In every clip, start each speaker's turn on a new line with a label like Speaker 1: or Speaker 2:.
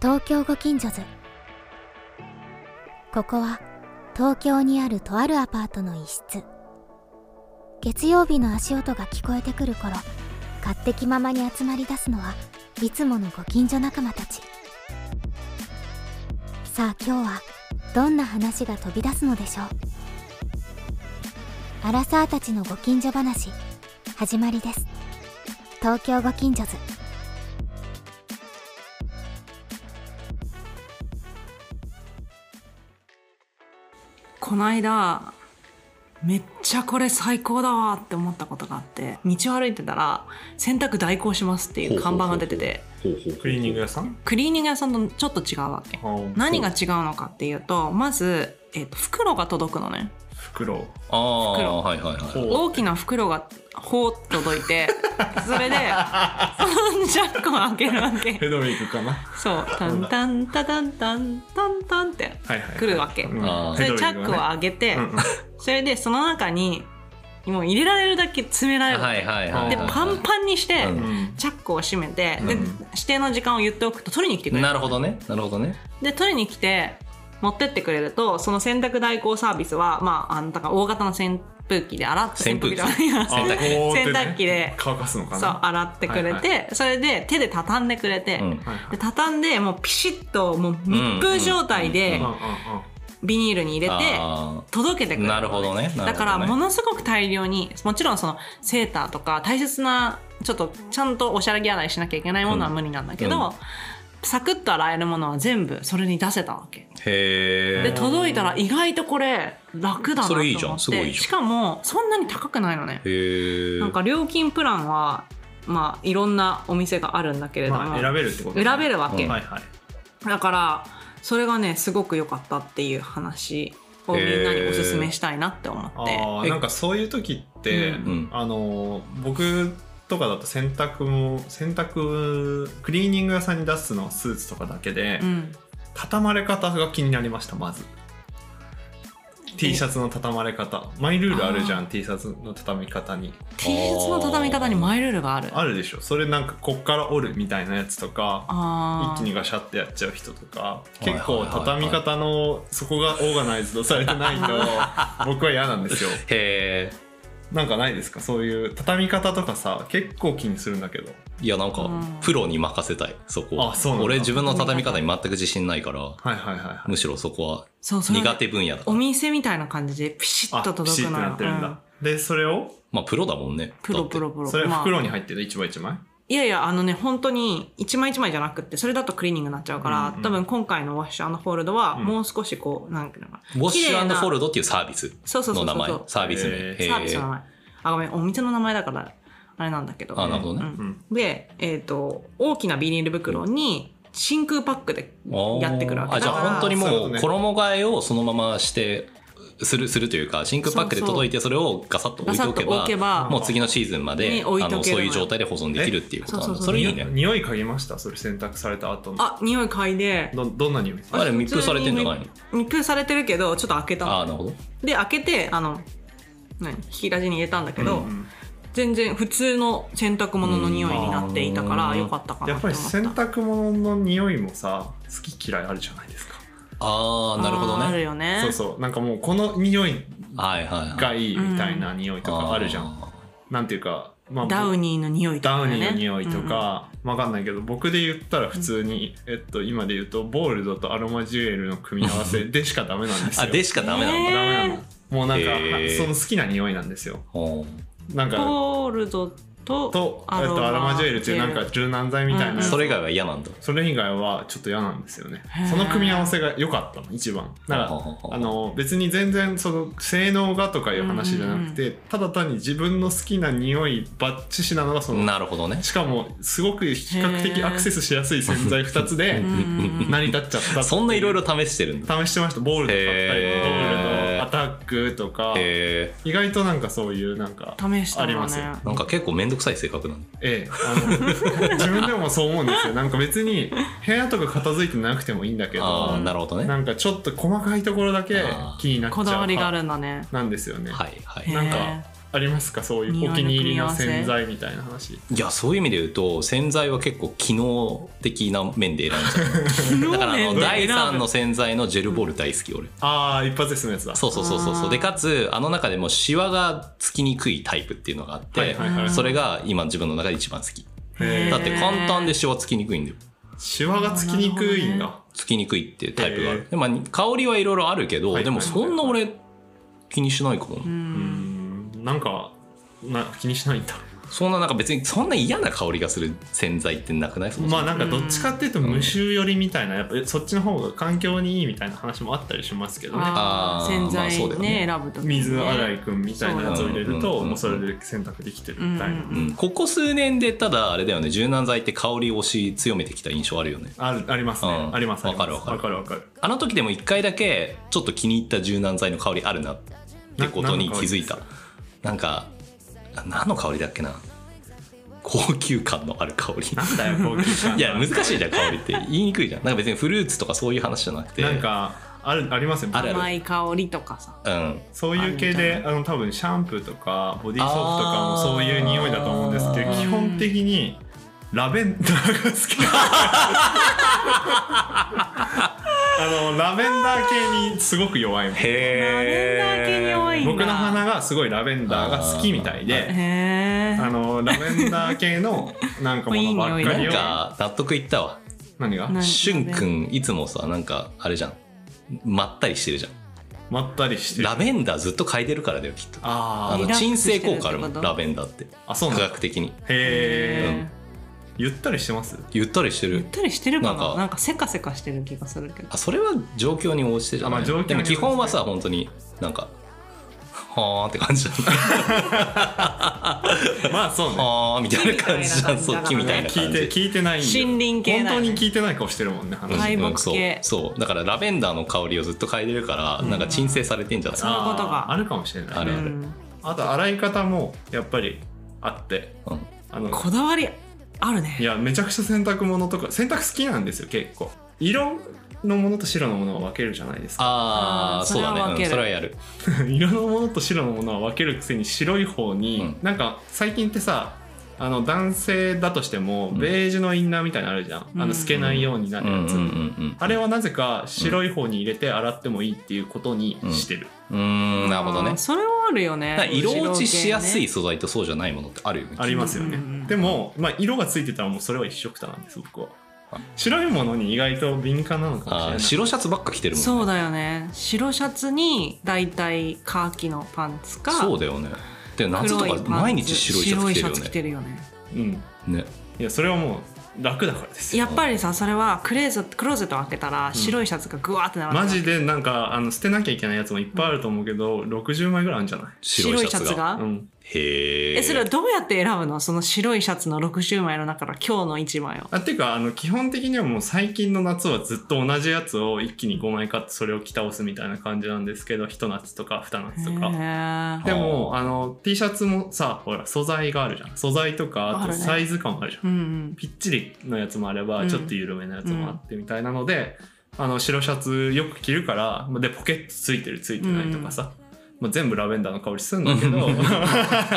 Speaker 1: 東京ご近所図ここは東京にあるとあるアパートの一室月曜日の足音が聞こえてくる頃勝手気ままに集まり出すのはいつものご近所仲間たちさあ今日はどんな話が飛び出すのでしょうアラサーたちのご近所話始まりです東京ご近所図
Speaker 2: この間めっちゃこれ最高だわって思ったことがあって道を歩いてたら「洗濯代行します」っていう看板が出てて
Speaker 3: ほうほう
Speaker 4: クリーニング屋さん
Speaker 2: クリーニング屋さんとちょっと違うわけ何が違うのかっていうとまず、えっと袋が届くのね
Speaker 4: 袋
Speaker 3: ああ
Speaker 2: 袋
Speaker 3: はいはいはい
Speaker 4: ほう
Speaker 2: 大きな袋がほうっと届い てそれでそのジャックを開けるわけ
Speaker 4: ヘドウィグかなは
Speaker 2: そう「タンタンタタンタンタンタン」って
Speaker 4: いはい
Speaker 2: 来るわけ
Speaker 4: うん
Speaker 3: あー
Speaker 2: それでチャ
Speaker 4: ヘドウィ
Speaker 2: ッ
Speaker 4: グ
Speaker 2: クを
Speaker 4: がね
Speaker 2: 上げて、
Speaker 4: うんうん
Speaker 2: それでその中にもう入れられるだけ詰められるわけ
Speaker 3: はいはいはい
Speaker 2: で
Speaker 3: はい
Speaker 2: パンパンにして、
Speaker 3: うん
Speaker 4: うん
Speaker 2: チャックを閉めて、で
Speaker 4: うん
Speaker 2: 指定の時間を言っておくと取りに来てくれる
Speaker 3: なるほどねなるほどね
Speaker 2: で取りに来て持ってってくれるとその洗濯代行サービスは、まあ、あのだから大型の扇風機で洗って
Speaker 3: 扇風機
Speaker 2: じゃないや
Speaker 4: あ
Speaker 3: 洗濯機
Speaker 4: こうやってね
Speaker 2: 洗濯機で
Speaker 4: 乾かすのか
Speaker 2: そう
Speaker 4: な
Speaker 2: 洗ってくれて、
Speaker 4: は
Speaker 2: それで手で畳んでくれて、
Speaker 3: うん
Speaker 4: はいはい
Speaker 2: で畳んでもうピシッともう密封状態で
Speaker 4: うんうんうん
Speaker 2: ビニールに入れて
Speaker 3: あ
Speaker 2: 届けて
Speaker 3: ー
Speaker 2: くれる
Speaker 3: なるほどねなるほどね
Speaker 2: だからものすごく大量にもちろんそのセーターとか大切なちょっとちゃんとおしゃれ着洗いしなきゃいけないものは無理なんだけど、
Speaker 3: うんうん
Speaker 2: サクッと洗えるものは全部それに出せたわけ
Speaker 3: へ
Speaker 2: で
Speaker 3: え
Speaker 2: 届いたら意外とこれ楽だなと
Speaker 3: そ
Speaker 2: 思って
Speaker 3: れいいじゃんすごいいいじゃん
Speaker 2: しかもそんなに高くないのね
Speaker 3: へえ
Speaker 2: なんか料金プランはまあいろんなお店があるんだけれども、
Speaker 4: まあ選べるってことね
Speaker 2: 選べるわけ、
Speaker 3: うん
Speaker 4: はいはい
Speaker 2: だからそれがねすごく良かったっていう話をみんなにおすすめしたいなって思って、
Speaker 4: あ
Speaker 3: え
Speaker 4: ーなんかそういう時って、
Speaker 2: うん
Speaker 3: うん
Speaker 4: あのー僕とかだと洗濯も洗濯クリーニング屋さんに出すのはスーツとかだけで、
Speaker 2: うん、
Speaker 4: 畳まれ方が気になりましたまず T シャツの畳まれ方マイルールあるじゃん T シャツの畳み方に
Speaker 2: T シャツの畳み方にマイルールがある
Speaker 4: あるでしょそれなんかこっから折るみたいなやつとか
Speaker 2: あ
Speaker 4: 一気にガシャってやっちゃう人とか
Speaker 3: い
Speaker 4: 結構畳み方のそこがオーガナイズドされ てないと僕は嫌なんですよ
Speaker 3: へえ
Speaker 4: なんかないですかそういう畳み方とかさ結構気にするんだけど
Speaker 3: いやなんか
Speaker 2: うん
Speaker 3: プロに任せたいそこ
Speaker 4: あそうなんだ
Speaker 3: 俺自分の畳み方に全く自信ないから
Speaker 4: はいはいはいはい
Speaker 3: むしろそこは
Speaker 2: そうそれ
Speaker 3: 苦手分野だか
Speaker 2: お
Speaker 3: ら
Speaker 2: 店みたいな感じでピシッ
Speaker 4: あ
Speaker 2: と
Speaker 4: ピ
Speaker 2: 届
Speaker 4: シッ
Speaker 2: く
Speaker 4: て
Speaker 2: のよ
Speaker 4: なってるん
Speaker 2: うん
Speaker 4: だでそれを
Speaker 3: まあプロだもんね
Speaker 2: プロプロ
Speaker 3: だっ
Speaker 2: プロ
Speaker 4: それは
Speaker 2: ま
Speaker 4: 袋
Speaker 2: あ、
Speaker 4: に入ってるの一枚一枚
Speaker 2: いやいやあのね本当に一枚一枚じゃなくってそれだとクリーニングになっちゃうから、
Speaker 4: うんうん
Speaker 2: 多分今回のウォッシュフォールドは
Speaker 4: うん
Speaker 2: もう少しこう、なんていうのか
Speaker 3: てウォッシ
Speaker 2: 綺麗
Speaker 3: ュ
Speaker 2: な
Speaker 3: フォルドっていうサービス
Speaker 2: そうそうそ
Speaker 3: の
Speaker 2: うそ
Speaker 3: 名
Speaker 2: う
Speaker 3: 前サービス名
Speaker 4: へ
Speaker 3: へ
Speaker 2: サービスの名
Speaker 3: え
Speaker 2: 前あごめんお店の名前だからあれなんだけど
Speaker 3: あなるほどね
Speaker 2: うん
Speaker 4: うん
Speaker 2: で、えー、と大きなビニール袋に真空パックでやってくるわけ
Speaker 3: あじゃ
Speaker 2: だ
Speaker 3: あ
Speaker 2: から
Speaker 3: 本当に
Speaker 4: そういう
Speaker 3: も
Speaker 4: こと
Speaker 3: う
Speaker 4: ね
Speaker 3: 衣替えをそのまましてするするというか真空パックで届いてそれをガサッと置
Speaker 2: ガ
Speaker 3: いて
Speaker 2: サッ
Speaker 3: おけ
Speaker 2: と置
Speaker 3: ば
Speaker 2: けば
Speaker 3: もう次のシーズンまで
Speaker 2: ね置い
Speaker 3: あ
Speaker 2: とける
Speaker 3: のそういう状態で保存できるっていうことなん
Speaker 2: え
Speaker 3: だそれいいね
Speaker 4: 匂い嗅ぎましたそれ洗濯された後の
Speaker 2: あ匂い嗅いで
Speaker 4: どどんな匂い
Speaker 3: あれ密封されてんじゃないの
Speaker 2: 密封されてるけどちょっと開けた
Speaker 3: あ
Speaker 2: の
Speaker 3: あなるほど
Speaker 2: で開けてあの何引き出しに入れたんだけど、
Speaker 4: うんうん
Speaker 2: 全然普通の洗濯物の匂いになっていたから
Speaker 3: うん
Speaker 2: よかったかな
Speaker 4: やっ
Speaker 2: って
Speaker 4: ぱ
Speaker 2: 思
Speaker 4: り
Speaker 2: った
Speaker 4: 洗濯物の匂いもさ好き嫌いあるじゃないですか、
Speaker 3: ああなるほど
Speaker 2: あーある
Speaker 3: ね
Speaker 2: よね
Speaker 4: そうそうなんかもうこの匂い
Speaker 3: はいはいはい
Speaker 4: がいいみたいな匂いとかあるじゃん、
Speaker 3: あ
Speaker 4: なんていうか、ま
Speaker 2: ダウニーの匂いと
Speaker 4: ダ
Speaker 2: か、
Speaker 4: ウ
Speaker 2: ね、
Speaker 4: ニーの匂いとか、わかんないけど僕で言ったら普通に、えっと今で言うとボールドとアロマジュエルの組み合わせでしかダメなんです
Speaker 3: ー
Speaker 4: よ
Speaker 3: あでしかダメなんだ
Speaker 2: え
Speaker 4: ダメなのもうなんか、
Speaker 3: へー
Speaker 4: その好きな匂いなんですよ
Speaker 3: おー
Speaker 4: なん
Speaker 2: うんうん
Speaker 4: か
Speaker 2: ゴールドと
Speaker 4: とえっとアロマジュエルっていうなんか柔軟剤みたいなやつ
Speaker 2: うん
Speaker 3: それ以外は嫌なんだ
Speaker 4: それ以外はちょっと嫌なんですよね
Speaker 2: へー
Speaker 4: その組み合わせが良かったの一番だ
Speaker 3: ほう
Speaker 4: か
Speaker 3: ほうほう
Speaker 4: らあの別に全然その性能がとかいう話じゃなくて、ただ単に自分の好きな匂いバッチシなのがその
Speaker 3: なるほどね
Speaker 4: しかもすごく比較的アクセスしやすい洗剤2つで
Speaker 2: うんうん
Speaker 4: 成り立っちゃったってう
Speaker 3: そんないろいろ試してるんだ
Speaker 4: 試してましたボールとかったりボール
Speaker 3: へー
Speaker 4: のアタックとか
Speaker 3: へ
Speaker 4: 意外となんかそういうなんか
Speaker 2: 試した
Speaker 4: あ
Speaker 2: の
Speaker 4: り
Speaker 2: ね
Speaker 4: ますよ
Speaker 3: えなんか結構面倒くさい性格なんだ
Speaker 4: ええ、あの自分でもそう思うんですよなんか別に部屋とか片付いてなくてもいいんだけ
Speaker 3: あ
Speaker 4: ど
Speaker 3: あなるほどね
Speaker 4: なんかちょっと細かいところだけ気になっちゃう
Speaker 3: あー
Speaker 4: 気になっちゃ
Speaker 2: こ
Speaker 4: う
Speaker 2: だわりがあるんだね
Speaker 4: なんですよね、
Speaker 3: はいは
Speaker 2: へ
Speaker 3: い
Speaker 2: ー
Speaker 4: なんかありますかそういう
Speaker 2: 匂い
Speaker 4: お
Speaker 2: の
Speaker 4: 気に入りの
Speaker 2: 組み合わせ
Speaker 4: 洗剤みたいな話
Speaker 3: いやそういう意味で言うと洗剤は結構機能的な面で選んじ ゃうだからあの第3の洗剤のジェルボール大好き俺
Speaker 4: ああ一発で済むやつだ
Speaker 3: そうそうそうそうそ
Speaker 2: あー
Speaker 3: うでかつあの中でもシワがつきにくいタイプっていうのがあって、
Speaker 4: はいはいはい
Speaker 3: それが今自分の中で一番好き
Speaker 4: へー
Speaker 3: だって簡単でシワつきにくいんだよ
Speaker 4: シワがつきにくいんだ
Speaker 3: つきにくいっていうタイプがあ
Speaker 4: へ
Speaker 3: る
Speaker 4: ー
Speaker 3: で、まあ、香りはいろいろあるけど、
Speaker 4: はい
Speaker 3: でもそんな俺気にしないかも、
Speaker 4: うんなんかな気にしないんだ
Speaker 3: そんななんか別にそんな嫌な香りがする洗剤ってなくないそもそも
Speaker 4: まあなんかどっちかっていうと無臭寄りみたいなやっぱそっちの方が環境にいいみたいな話もあったりしますけどね
Speaker 2: あー
Speaker 3: あー
Speaker 2: 洗
Speaker 3: まあそうだ
Speaker 2: 剤
Speaker 3: よ
Speaker 2: ね
Speaker 3: ね
Speaker 2: 選ぶときにね
Speaker 4: 水洗いくんみたいなやつを入れる
Speaker 3: そう
Speaker 4: と
Speaker 3: だね
Speaker 4: もうそれで洗濯できてるみたいな
Speaker 2: うん
Speaker 3: うんここ数年でただあれだよね柔軟剤って香りを押し強めてきた印象あるよね
Speaker 4: あるありますね、
Speaker 3: うん
Speaker 4: ありますあり
Speaker 3: わか
Speaker 4: ます
Speaker 3: るわ
Speaker 4: わかるわかる
Speaker 3: あの時でも一回だけちょっと気に入った柔軟剤の香りあるなってことに気づいた
Speaker 4: な
Speaker 3: なんかあ何の香りだっけな高級感のある香り
Speaker 4: なんだよ高級感
Speaker 3: いや難しいじゃん香りって言いにくいじゃんなんか別にフルーツとかそういう話じゃなくて
Speaker 4: なんかあるありますよ
Speaker 3: ある
Speaker 2: 甘い香りとかさ
Speaker 3: うん
Speaker 4: そういう系であの多分シャンプーとかボディーソープとかもそういう匂いだと思うんですけど
Speaker 3: あー
Speaker 4: 基本的にラベンダーが好 きあのラベンダー系にすごく弱い
Speaker 2: ラベンダー系に多いんだ
Speaker 4: 僕の鼻がすごいラベンダーが好きみたい
Speaker 2: へ
Speaker 4: で
Speaker 2: え
Speaker 4: あのラベンダー系のなんかものばっか
Speaker 2: いい
Speaker 4: り
Speaker 3: な
Speaker 4: を
Speaker 3: んか納得いったわ
Speaker 4: 何が
Speaker 2: な
Speaker 3: しゅんくんいつもさなんかあれじゃんまったりしてるじゃ
Speaker 4: まったりして
Speaker 3: ん
Speaker 4: る
Speaker 3: ラベンダーずっと嗅いでるからだよきっとあ
Speaker 4: あ
Speaker 3: の
Speaker 2: リラック
Speaker 3: 鎮
Speaker 2: スして
Speaker 3: 静
Speaker 2: るってこと
Speaker 3: 効果あるもんラベンダーって
Speaker 4: ああそ
Speaker 3: 科
Speaker 4: うなんだ
Speaker 3: 学的に
Speaker 4: へえ
Speaker 2: へ
Speaker 4: ゆったりしてます
Speaker 3: ゆったりして
Speaker 2: ーゆっ
Speaker 3: る
Speaker 2: たりしてるかな
Speaker 3: なんか
Speaker 2: なんかせかせかしてる気がするけど
Speaker 3: あそれは状況に応じてじゃない、
Speaker 4: あまあ状況に応じて
Speaker 3: でも基本はさ本当になんかはーって感じ だ
Speaker 4: まあそうね
Speaker 3: はーみたいな感じじゃん
Speaker 2: 木みたいな感じだから
Speaker 3: そ
Speaker 2: ね
Speaker 3: っちみたいな
Speaker 4: 聞
Speaker 3: 感
Speaker 4: いて
Speaker 3: じ
Speaker 4: 聞いてないんだよ
Speaker 2: 森林系だよ
Speaker 4: 本
Speaker 2: ね
Speaker 4: 当に聞いてない顔してるもんね話
Speaker 2: はい大木
Speaker 3: そう
Speaker 2: 系
Speaker 3: そうだからラベンダーの香りをずっと嗅いでるから、なんか鎮静されてんじゃない、
Speaker 2: そういうことが
Speaker 4: あーあるかもしれない
Speaker 3: あ
Speaker 4: ね
Speaker 3: る
Speaker 2: う
Speaker 3: ある
Speaker 2: ん
Speaker 4: あと洗い方もやっぱりあって
Speaker 3: うん
Speaker 4: あの
Speaker 2: こだわりある
Speaker 4: い
Speaker 2: ね
Speaker 4: やめちゃくちゃ洗濯物とか洗濯好きなんですよ結構色のものと白のものは分けるじゃないですか
Speaker 3: あ
Speaker 2: あー
Speaker 3: あそうだ
Speaker 2: それは分
Speaker 3: ねう
Speaker 2: け
Speaker 3: ん
Speaker 2: る
Speaker 3: それはやる
Speaker 4: 色のものと白のものは分けるくせに白い方に、
Speaker 3: うん
Speaker 4: なんか最近ってさあの男性だとしてもベージュのインナーみたいなのあるじゃん、あ
Speaker 2: うん
Speaker 4: の透けないようにな
Speaker 3: うん
Speaker 4: る
Speaker 3: う
Speaker 4: や
Speaker 3: ん
Speaker 4: つ、
Speaker 3: うんうん
Speaker 4: あれはなぜか白い方に入れて洗ってもいいっていうことにしてる、
Speaker 3: うーんなるほど
Speaker 2: あ
Speaker 3: ね
Speaker 2: ーそれはあるよね
Speaker 3: だから色落ちしやすい
Speaker 2: 後
Speaker 3: 素材とそうじゃないものってあるよね
Speaker 4: ありますよね、
Speaker 2: うんうんうん
Speaker 4: でも、まあ、色がついてたらもうそれは一緒くたなんです僕は白いものに意外と敏感なのかもしれ
Speaker 3: あ
Speaker 4: な
Speaker 3: ー
Speaker 4: い
Speaker 3: 白シャツばっか着て
Speaker 2: ろ系
Speaker 3: る
Speaker 2: ね
Speaker 3: もん
Speaker 2: そ
Speaker 3: ね
Speaker 2: うだよね白シャツにだいたいカーキのパンツか
Speaker 3: そうだよねで夏と
Speaker 2: 黒いパ
Speaker 3: か
Speaker 2: ンツ
Speaker 3: 毎日白いシャツ着てるよ
Speaker 2: 白いシャツ着てるよね
Speaker 4: うん
Speaker 3: ねね
Speaker 4: いやそれはもう楽だからですよ
Speaker 2: やっぱりさそれはクレーゼクローゼットを開けたら白いシャツがグワーって並んで
Speaker 4: マ
Speaker 2: る
Speaker 4: ジでなんかあの捨てなきゃいけないやつもいっぱいあると思うけど、60枚ぐらいあるんじゃない、
Speaker 2: 白いシャツが
Speaker 4: うん、
Speaker 3: へえ
Speaker 2: えそれはどうやって選ぶのその白いシャツの60枚の中から今日の1枚を
Speaker 4: あっていうかあの基本的にはもう最近の夏はずっと同じやつを一気に5枚買ってそれを着倒すみたいな感じなんですけど一夏とか二夏とか。
Speaker 2: へー
Speaker 4: でもあの T シャツもさほら素材があるじゃん素材とかあ
Speaker 2: あ
Speaker 4: と
Speaker 2: るね
Speaker 4: サイズ感があるじゃん、
Speaker 2: うんうん
Speaker 4: ぴっちりのやつもあれば、
Speaker 2: うん
Speaker 4: ちょっと緩めのやつもあってみたいなので、あの白シャツよく着るからでポケットついてるついてないとかさ、まあ、全部ラベンダーの香りするん だけど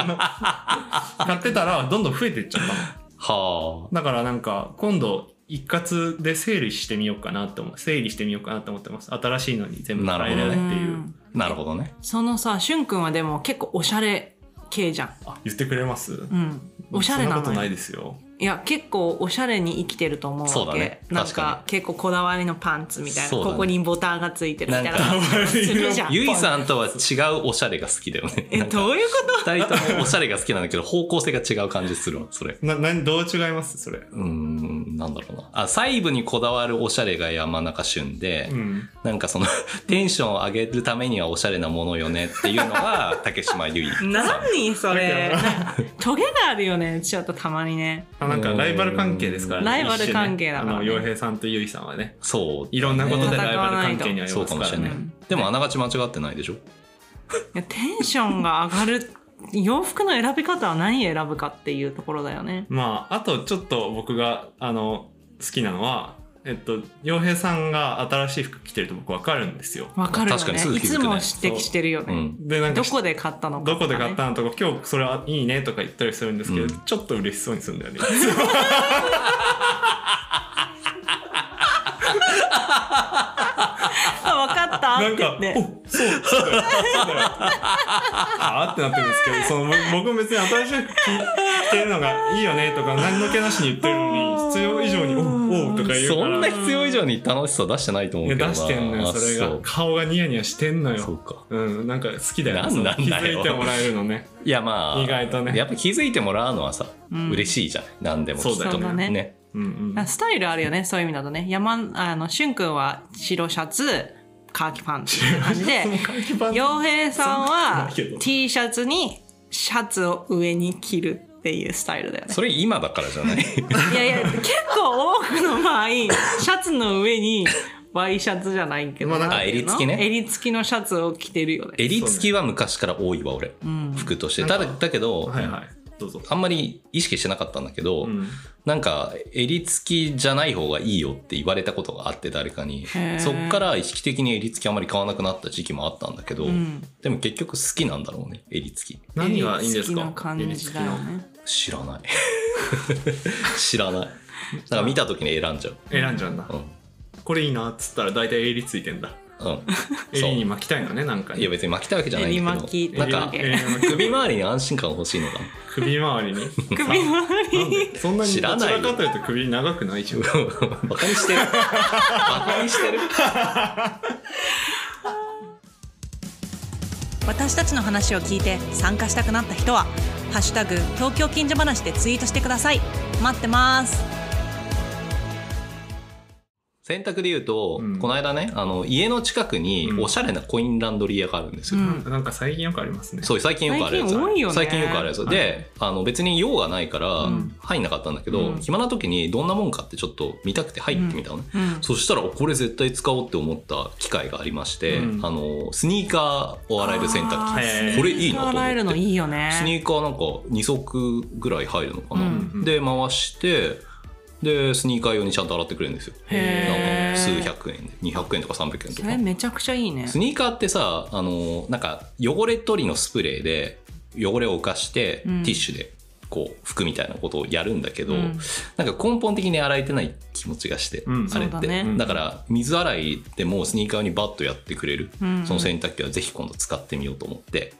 Speaker 4: あの買ってたらどんどん増えていっちゃったの
Speaker 3: は
Speaker 4: だからなんか今度一括で整理してみようかなって思う整理してみようかなと思ってます新しいのに全部変えれるっていう、
Speaker 2: うん
Speaker 3: あなるほどね
Speaker 2: そのさしゅんくんはでも結構おしゃれ系じゃん
Speaker 4: あ言ってくれます、
Speaker 2: うんおしゃれな
Speaker 4: そんなこと
Speaker 2: の
Speaker 4: ない
Speaker 2: よ
Speaker 4: ですよ
Speaker 2: いや結構おしゃれに生きてると思うわけ
Speaker 3: そうだね
Speaker 2: なん
Speaker 3: 確か
Speaker 2: か結構こだわりのパンツみたいな、
Speaker 3: そうだね
Speaker 2: ここにボタンがついてるみたいな
Speaker 3: なんか
Speaker 2: 感じする じゃん
Speaker 3: ゆいさんとは違うおしゃれが好きだよね
Speaker 2: え
Speaker 3: なんか
Speaker 2: どういうこと
Speaker 3: 二人ともおしゃれが好きなんだけ ど方向性が違う感じするわそれ
Speaker 4: な何どう違いますそれ
Speaker 3: うーんなんだろうなあ細部にこだわるおしゃれが山中俊で、
Speaker 4: うん
Speaker 3: なんかその テンションを上げるためにはおしゃれなものよねっていうのが竹島ゆい
Speaker 2: 何それなんかトゲがあるよねちょっとたまにね
Speaker 4: あなんかライバル関係ですからね
Speaker 2: ライバル関係だからね
Speaker 4: 一種ねあの洋平さんとゆいさんはね
Speaker 3: そう
Speaker 4: いろんなことで
Speaker 2: ね
Speaker 4: ライバル関係にあり
Speaker 3: そ
Speaker 4: ま
Speaker 3: うか
Speaker 4: す
Speaker 3: も
Speaker 4: か
Speaker 3: し
Speaker 4: ら
Speaker 3: れ
Speaker 4: ね
Speaker 3: ない、でもあながち間違ってないでしょ
Speaker 2: いやテンションが上がる洋服の選び方は何選ぶかっていうところだよね
Speaker 4: まああとちょっと僕があの好きなのはえっと、洋平さんが新しい服着てると僕わかるんですよ。
Speaker 2: わかるよ
Speaker 3: 確
Speaker 2: ね
Speaker 3: かにすぐ
Speaker 2: い
Speaker 3: 気づ
Speaker 2: つ
Speaker 3: くね
Speaker 2: も指摘してるよ
Speaker 3: う
Speaker 2: ね、
Speaker 3: ん、
Speaker 4: で、なんか
Speaker 2: ど、こで買ったのか
Speaker 4: ど
Speaker 2: とか
Speaker 4: こ
Speaker 2: ね、
Speaker 4: で買ったのとか、今日それはいいねとか言ったりするんですけど、
Speaker 3: うん
Speaker 4: ちょっと嬉しそうにするんだよね。
Speaker 2: あ分かった
Speaker 4: なん
Speaker 2: っ
Speaker 4: か、
Speaker 2: て言って
Speaker 4: おそう、そうだよ、そうだよ。あーってなってるんですけど、その僕僕別に新しい服着てるのがいいよねとか、何の気なしに言ってるのに、必要以上に、おおとか言うか
Speaker 3: そんな
Speaker 4: ら、
Speaker 3: 必要以上に楽しさ出してないと思う
Speaker 4: い
Speaker 3: け
Speaker 4: や
Speaker 3: どな
Speaker 4: 出してんのよ、それ
Speaker 3: あ
Speaker 4: が。顔がニヤニヤしてんの
Speaker 3: うそう
Speaker 4: よ。
Speaker 3: か
Speaker 4: うん、なんか好きだよ。
Speaker 3: なんなんだよ
Speaker 4: その気づいてもらえるのね。
Speaker 3: いやまあ
Speaker 4: 意外とね
Speaker 3: やっぱ気づいてもらうのはさ、
Speaker 2: うん
Speaker 3: 嬉しいじゃん何でも
Speaker 4: そうだよね
Speaker 2: そうだね
Speaker 4: うんうん。
Speaker 2: あスタイルあるよねそういう意味だとね山あのしゅんくんは白シャツカーキパンツって 感じで
Speaker 4: 換気パン
Speaker 2: 洋平さんは
Speaker 4: そんなことないけど
Speaker 2: T シャツにシャツを上に着るっていうスタイルだよね
Speaker 3: それ今だからじゃない
Speaker 2: いやいや結構多くの場合シャツの上にワイシャツじゃないけど、
Speaker 4: まあなんか
Speaker 2: ていうの
Speaker 3: あ襟付きね
Speaker 2: 襟付きのシャツを着てるよね
Speaker 3: 襟付きは昔から多いわ俺、
Speaker 2: ん
Speaker 3: 服として
Speaker 4: なんか
Speaker 3: ただだけど、
Speaker 4: はいはい。どうぞ。
Speaker 3: あんまり意識してなかったんだけど、
Speaker 4: うん。
Speaker 3: なんか襟付きじゃない方がいいよって言われたことがあって誰かに
Speaker 2: へー
Speaker 3: そっから意識的に襟付きあまり買わなくなった時期もあったんだけど、
Speaker 2: ん
Speaker 3: でも結局好きなんだろうね襟付き
Speaker 4: 何がいいんで
Speaker 2: 襟
Speaker 4: す
Speaker 2: 付きの
Speaker 4: か
Speaker 2: 感じだよね
Speaker 3: 知らない 知らないなんか見た時に選んじゃう
Speaker 4: 選んじゃうんだ
Speaker 3: う。ん
Speaker 4: これいいなっつったら大体襟ついてんだ。
Speaker 3: うんそう
Speaker 4: 襟に巻きたいのね、なんかに
Speaker 3: いや別に巻きたいわけじゃないんだけ
Speaker 2: 襟巻き
Speaker 3: どなんか
Speaker 4: 襟襟巻き
Speaker 3: 首周りに安心感欲しいのか
Speaker 4: 首周りに。
Speaker 2: 首周り
Speaker 4: なんでそんなに
Speaker 3: 知らないよ
Speaker 4: どちらかというと首長くないじゃん。
Speaker 3: なバカ にしてるバカにしてる
Speaker 5: 私たちの話を聞いて参加したくなった人は「ハッシュタグ東京近所話」でツイートしてください待ってます
Speaker 3: 洗濯で言うと、
Speaker 4: うん
Speaker 3: この間ねあの家の近くに
Speaker 4: うん
Speaker 3: おしゃれなコインランドリー屋があるんですよ、
Speaker 2: うん
Speaker 4: なんか最近よくありますね。
Speaker 3: そう最近よくあるやつ
Speaker 2: 最近多いよね
Speaker 3: 最近よくあるやつ、
Speaker 4: はい
Speaker 3: であの別に用がないから
Speaker 2: うん
Speaker 3: 入んなかったんだけど、
Speaker 2: うん
Speaker 3: 暇な時にどんなもんかってちょっと見たくて入ってみたのね、
Speaker 2: うん
Speaker 3: そしたらこれ絶対使おうって思った機械がありまして、
Speaker 4: うん
Speaker 3: あのスニーカーを洗える洗
Speaker 2: あ
Speaker 3: 濯機
Speaker 4: へ
Speaker 2: ー
Speaker 4: ー
Speaker 3: これいいなと思って
Speaker 2: 洗えるのいいよ
Speaker 3: ス
Speaker 2: ね
Speaker 3: ニーカーなんか2足ぐらい入るのかな、
Speaker 2: うん
Speaker 3: で回してでスニーカー用にちゃんと洗ってくれるんですよなん
Speaker 2: へ
Speaker 3: か
Speaker 2: ー
Speaker 3: 数百円で200円とか300円と
Speaker 2: そ
Speaker 3: か
Speaker 2: れめちゃくちゃいいね
Speaker 3: スニーカーってさあのなんか汚れ取りのスプレーで汚れを浮かして、
Speaker 2: うん
Speaker 3: ティッシュでこう拭くみたいなことをやるんだけど、
Speaker 2: うん
Speaker 3: なんか根本的に洗えてない気持ちがして、
Speaker 4: うん
Speaker 3: あれっ
Speaker 2: そうだ
Speaker 3: てだ,、
Speaker 2: ね
Speaker 3: から水洗いでもうスニーカーにバッとやってくれる、
Speaker 2: うん
Speaker 3: その洗濯機はぜひ今度使ってみようと思って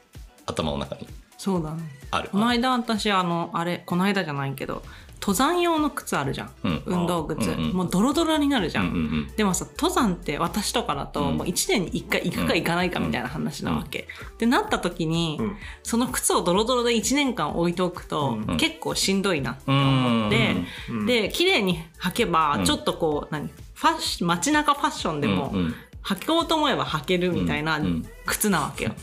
Speaker 3: 頭の中に
Speaker 2: そうだね
Speaker 3: ある
Speaker 2: この間私あのあれこの間じゃないけど登山用の靴あるじゃん、
Speaker 3: うん
Speaker 2: 運動靴、
Speaker 3: うんうん
Speaker 2: もうドロドロになるじゃん、
Speaker 3: うんうんうん
Speaker 2: でもさ登山って私とかだと、
Speaker 3: うん
Speaker 2: もう1年に1回行くか行かないかみたいな話なわけ、でなった時に、
Speaker 4: うん
Speaker 2: その靴をドロドロで1年間置いておくと、
Speaker 4: うん
Speaker 2: 結構しんどいなって
Speaker 3: 思
Speaker 2: 思って、
Speaker 4: うん
Speaker 2: で綺麗に履けば
Speaker 3: うん
Speaker 2: ちょっとこう、何ファッシ街中ファッションでも、履こうと思えば履けるみたいな
Speaker 3: うんうん
Speaker 2: 靴なわけよ、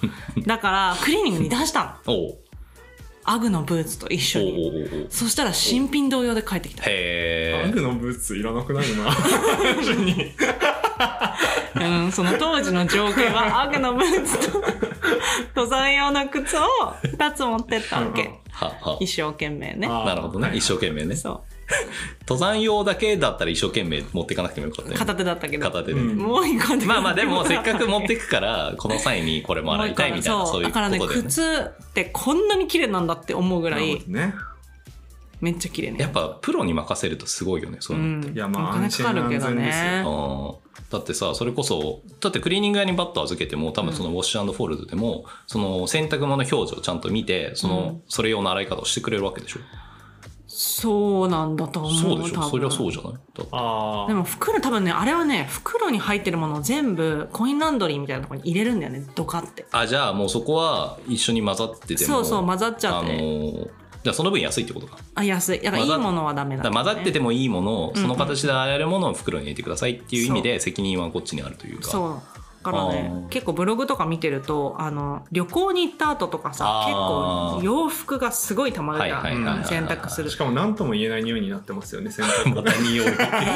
Speaker 2: だからクリーニングに出したの
Speaker 3: おう
Speaker 2: アグのブーツと一緒
Speaker 3: おう
Speaker 2: に
Speaker 3: おうおうおう
Speaker 2: そしたら新品同様で帰ってきた。
Speaker 4: ア
Speaker 3: へ
Speaker 4: グのブーツいらなくなるな。
Speaker 2: うん、その当時の情景は、アグのブーツと登山用の靴を2つ持ってったわ
Speaker 4: うん
Speaker 2: け。
Speaker 3: ーは
Speaker 2: 一生懸命ね。
Speaker 4: あ
Speaker 3: はなるほどね一生懸命ね
Speaker 2: そ
Speaker 3: 登山用だけだったら一生懸命持っていかなくてもよか
Speaker 2: う。
Speaker 3: ったよね
Speaker 2: 片手だったけど。
Speaker 3: 片手で、
Speaker 4: うん
Speaker 2: もう一個
Speaker 3: まあまあでもせっかく持って
Speaker 2: く
Speaker 3: くからこの際にこれも洗いたいみたいなそういう
Speaker 2: だ
Speaker 3: こ
Speaker 2: からね、
Speaker 3: とで、ね、
Speaker 2: 靴ってこんなに綺麗なんだって思うぐら
Speaker 4: なるほ
Speaker 2: い
Speaker 4: ど、ね。
Speaker 2: めっちゃ綺麗ね。
Speaker 3: やっぱプロに任せるとすごいよねそう
Speaker 2: う
Speaker 3: いうのっ
Speaker 2: ん。
Speaker 3: て、
Speaker 4: いやまあ
Speaker 2: お金かかるけど
Speaker 4: 安全
Speaker 2: ね。
Speaker 3: あーだってさそれこそだってクリーニング屋にバット預けても多分そのウォッシュフォールドでも、その洗濯物の表示をちゃんと見てその、
Speaker 2: うん
Speaker 3: それ用の洗い方をしてくれるわけでしょ、
Speaker 2: そうなんだと思う。
Speaker 3: そうでし
Speaker 2: 多
Speaker 3: ょ
Speaker 2: 分
Speaker 3: そりゃそうじゃないだって
Speaker 4: あ
Speaker 2: でも袋多分ねあれはね袋に入ってるものを全部コインランドリーみたいなところに入れるんだよねドカって
Speaker 3: あじゃあもうそこは一緒に混ざってても
Speaker 2: そうそう混ざっちゃっ
Speaker 3: あの
Speaker 2: て
Speaker 3: ーじゃあその分安いってことか
Speaker 2: あ安いだからい
Speaker 3: 混ざ
Speaker 2: い
Speaker 3: っ
Speaker 2: ものはダメ
Speaker 3: だ
Speaker 2: だ,、
Speaker 3: から混ざっててもいいものを
Speaker 2: うん
Speaker 3: その形で洗えるものを袋に入れてくださいっていう意味で責任はこっちにあるというか
Speaker 2: そうだから
Speaker 3: あ
Speaker 2: ね
Speaker 3: ー
Speaker 2: 結構ブログとか見てるとあの旅行に行った後とかさ結
Speaker 3: あー
Speaker 2: 構洋服がすごい溜まる
Speaker 3: はい
Speaker 2: じゃん、
Speaker 3: はいはいはいはい
Speaker 2: 洗濯す
Speaker 4: あ。
Speaker 2: る
Speaker 4: し
Speaker 2: と
Speaker 4: かも何とも言えない匂いになってますよね、洗濯
Speaker 3: ま
Speaker 4: 物。
Speaker 3: た 匂い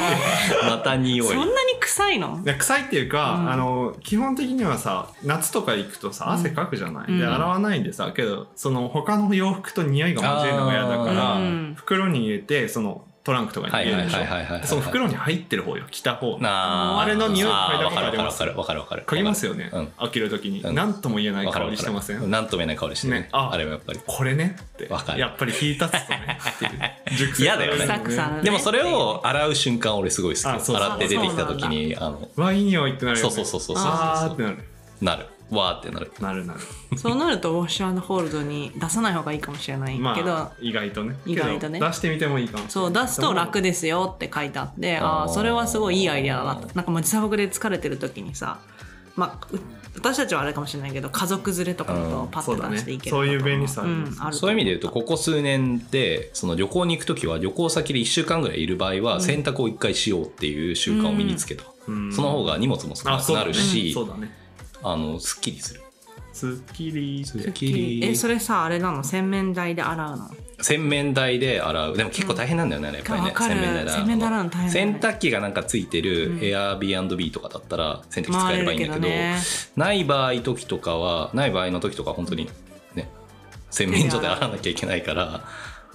Speaker 3: また匂い
Speaker 2: そんなに臭いの
Speaker 4: いや臭いっていうか、
Speaker 2: うん
Speaker 4: あの基本的にはさ夏とか行くとさ汗かくじゃない、
Speaker 2: うん
Speaker 4: で洗わないでさけどその他の洋服と匂いが混じるのが嫌だか
Speaker 2: あ
Speaker 4: ら、
Speaker 2: ーうん
Speaker 4: 袋に入れてそのトランクとかに入れるでし
Speaker 3: はいはいはいはいはいは
Speaker 4: ょ
Speaker 3: い
Speaker 4: その袋に入ってる方よ着た方
Speaker 3: な
Speaker 4: あれの匂い嗅い
Speaker 3: わ
Speaker 4: だこと
Speaker 3: かる
Speaker 4: あり
Speaker 3: わ
Speaker 4: ま
Speaker 3: か
Speaker 4: す
Speaker 3: るわかるわかる
Speaker 4: 嗅ぎますよね、
Speaker 3: うん
Speaker 4: 開ける時に
Speaker 3: うん
Speaker 4: 何とも言えない
Speaker 3: わか
Speaker 4: 香
Speaker 3: るわ
Speaker 4: りしてませ
Speaker 3: かる
Speaker 4: ん
Speaker 3: なんとも言えない香りしてるね
Speaker 4: ねあ
Speaker 3: あれはやっぱり
Speaker 4: これねって
Speaker 3: わかる
Speaker 4: やっぱり火立つと ねっていう熟成
Speaker 3: 嫌だよね
Speaker 4: されるの
Speaker 2: サクサク
Speaker 3: でもそれを洗う瞬間俺すごい好き
Speaker 4: あそうそう
Speaker 3: 洗って出てきた時にあの
Speaker 4: わいい匂いってなるよ
Speaker 3: そう
Speaker 4: ね
Speaker 3: そうそうそうそう
Speaker 4: あーっ
Speaker 3: そ
Speaker 4: て
Speaker 3: う
Speaker 4: なる
Speaker 3: なるわーってなる
Speaker 4: なるなる
Speaker 2: そうなるとウォッシュホールドに出さない方がいいかもしれないけど、
Speaker 4: まあ意外とね
Speaker 2: 意外とね
Speaker 4: けど出してみてもいいかも
Speaker 2: そう出すと楽
Speaker 4: で
Speaker 2: ですよって書いてあって
Speaker 3: あー
Speaker 2: ああーそれはすごいいいアイデアだなとなんかまあ自作で疲れてる時にさまあう私たちはあれかもしれないけど家族連れとかだ
Speaker 3: う
Speaker 2: と
Speaker 3: ん
Speaker 2: パ
Speaker 4: そう
Speaker 2: ッ
Speaker 4: だ
Speaker 2: と
Speaker 4: ね
Speaker 2: 出していける
Speaker 4: そういう便利さあ
Speaker 2: う
Speaker 4: り
Speaker 2: ん
Speaker 4: ます
Speaker 2: ある
Speaker 3: そういう意味で言うとここ数年でその旅行に行く時は旅行先で1週間ぐらいいる場合は洗濯を1回しようっていう習慣を身につけた、
Speaker 4: うん
Speaker 3: その方が荷物も少な
Speaker 4: あ
Speaker 3: く
Speaker 4: そう
Speaker 3: な
Speaker 4: だね
Speaker 3: るし
Speaker 4: そうだね
Speaker 3: あのすっきりする
Speaker 4: スッキリって
Speaker 2: えそれさあれなの洗面台で洗うの
Speaker 3: 洗面台で洗うでも結構大変なんだよね、やっぱり
Speaker 2: わ
Speaker 3: ね
Speaker 2: かる洗面台洗うの大変だね
Speaker 3: 洗濯機がなんかついてる
Speaker 2: うん
Speaker 3: Airbnb とかだったら洗濯機使
Speaker 2: 回
Speaker 3: え
Speaker 2: れ
Speaker 3: ればい
Speaker 2: る
Speaker 3: いんだ
Speaker 2: け
Speaker 3: けど
Speaker 2: どね
Speaker 3: ない場合時とかはない場合の時とかは本当にね洗面所で洗わなきゃいけないから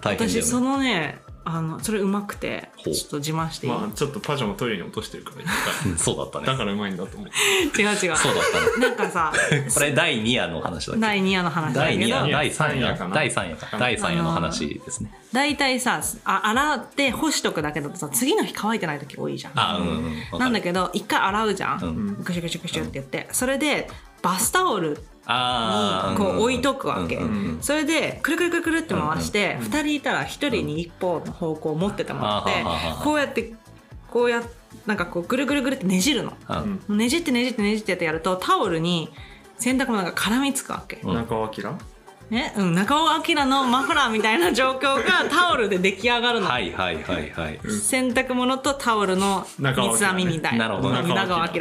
Speaker 3: 大変だよ
Speaker 2: 私
Speaker 3: ね
Speaker 2: そのねあのそれうまくてち
Speaker 3: ほ
Speaker 2: ょ
Speaker 3: う
Speaker 2: っと自慢していい、
Speaker 4: まあちょっとパジャマトイレに落として るから一
Speaker 3: うんそうだった
Speaker 4: 回だ
Speaker 3: ね
Speaker 4: からうまいんだと思う
Speaker 2: 違う違う
Speaker 3: そうだったね
Speaker 2: なんか さ
Speaker 3: これ第2夜の話だっけ
Speaker 2: 第2夜の話だ
Speaker 3: 第
Speaker 2: け
Speaker 3: 2
Speaker 2: ど
Speaker 3: 夜第3
Speaker 4: 三夜
Speaker 3: 夜
Speaker 4: かな
Speaker 3: 第3夜か第3夜の話ですね
Speaker 2: 大体さあ洗って干しとくだけだとさ次の日乾いてない時多いじゃん
Speaker 3: あうんうんわかる
Speaker 2: なんだけど一回洗うじゃん、
Speaker 3: うん
Speaker 2: ぐしゅぐしゅぐしゅって言って、それでバスタオル
Speaker 3: あ
Speaker 2: に
Speaker 3: ー
Speaker 2: こ
Speaker 3: ん
Speaker 2: う置いとくわけ、
Speaker 3: うんうんうん
Speaker 2: それでくるくるくるくるって回して、二2人いたら1人に一方の方向を持っててもらって、
Speaker 3: うんあははは
Speaker 2: こうやってこうやなんかこうぐるぐるぐるってねじるの、
Speaker 3: あ
Speaker 4: うん
Speaker 2: ねじってねじってねじってってやるとタオルに洗濯物が絡みつくわけ、
Speaker 3: うん
Speaker 4: 中尾明
Speaker 2: ねうん、中尾明のマフラーみたいな状況がタオルで出来上がるの、
Speaker 3: はいはいはいはい
Speaker 2: 洗濯物とタオルの
Speaker 4: 中尾明
Speaker 2: 三
Speaker 4: ね
Speaker 2: つ編みみたい
Speaker 3: なるほど
Speaker 4: 中尾明
Speaker 2: 長尾明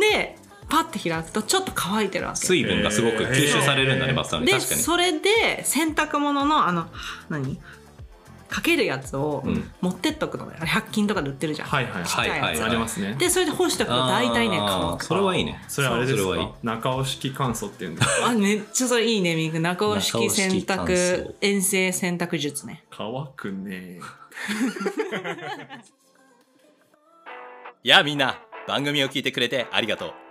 Speaker 2: でパッて開くとちょっと乾いてるわけ
Speaker 3: 水分がすごく吸収されるんだね
Speaker 4: へー
Speaker 3: バスタオルに
Speaker 2: で
Speaker 3: 確かに
Speaker 2: それで洗濯物のあの何かけるやつを
Speaker 3: うん
Speaker 2: 持ってっとくのね、あれ100均とかで売ってるじゃん、
Speaker 4: はいはい
Speaker 2: ちっちゃいやつ
Speaker 3: はいはい
Speaker 4: ありますね
Speaker 2: でそれで干しておくと大体ね
Speaker 3: あ
Speaker 2: 乾
Speaker 3: ー
Speaker 2: く
Speaker 3: それはいいね
Speaker 4: それはあれです
Speaker 3: それはいい
Speaker 4: か中尾式乾燥っていうんですか
Speaker 2: あめっちゃそれいいねミンク中尾
Speaker 3: 中
Speaker 2: 式
Speaker 3: 尾式
Speaker 2: 洗
Speaker 3: 乾
Speaker 2: 濯
Speaker 3: 燥
Speaker 2: 遠征洗濯術ね
Speaker 4: 乾くね
Speaker 6: やあみんな番組を聞いてくれてありがとう「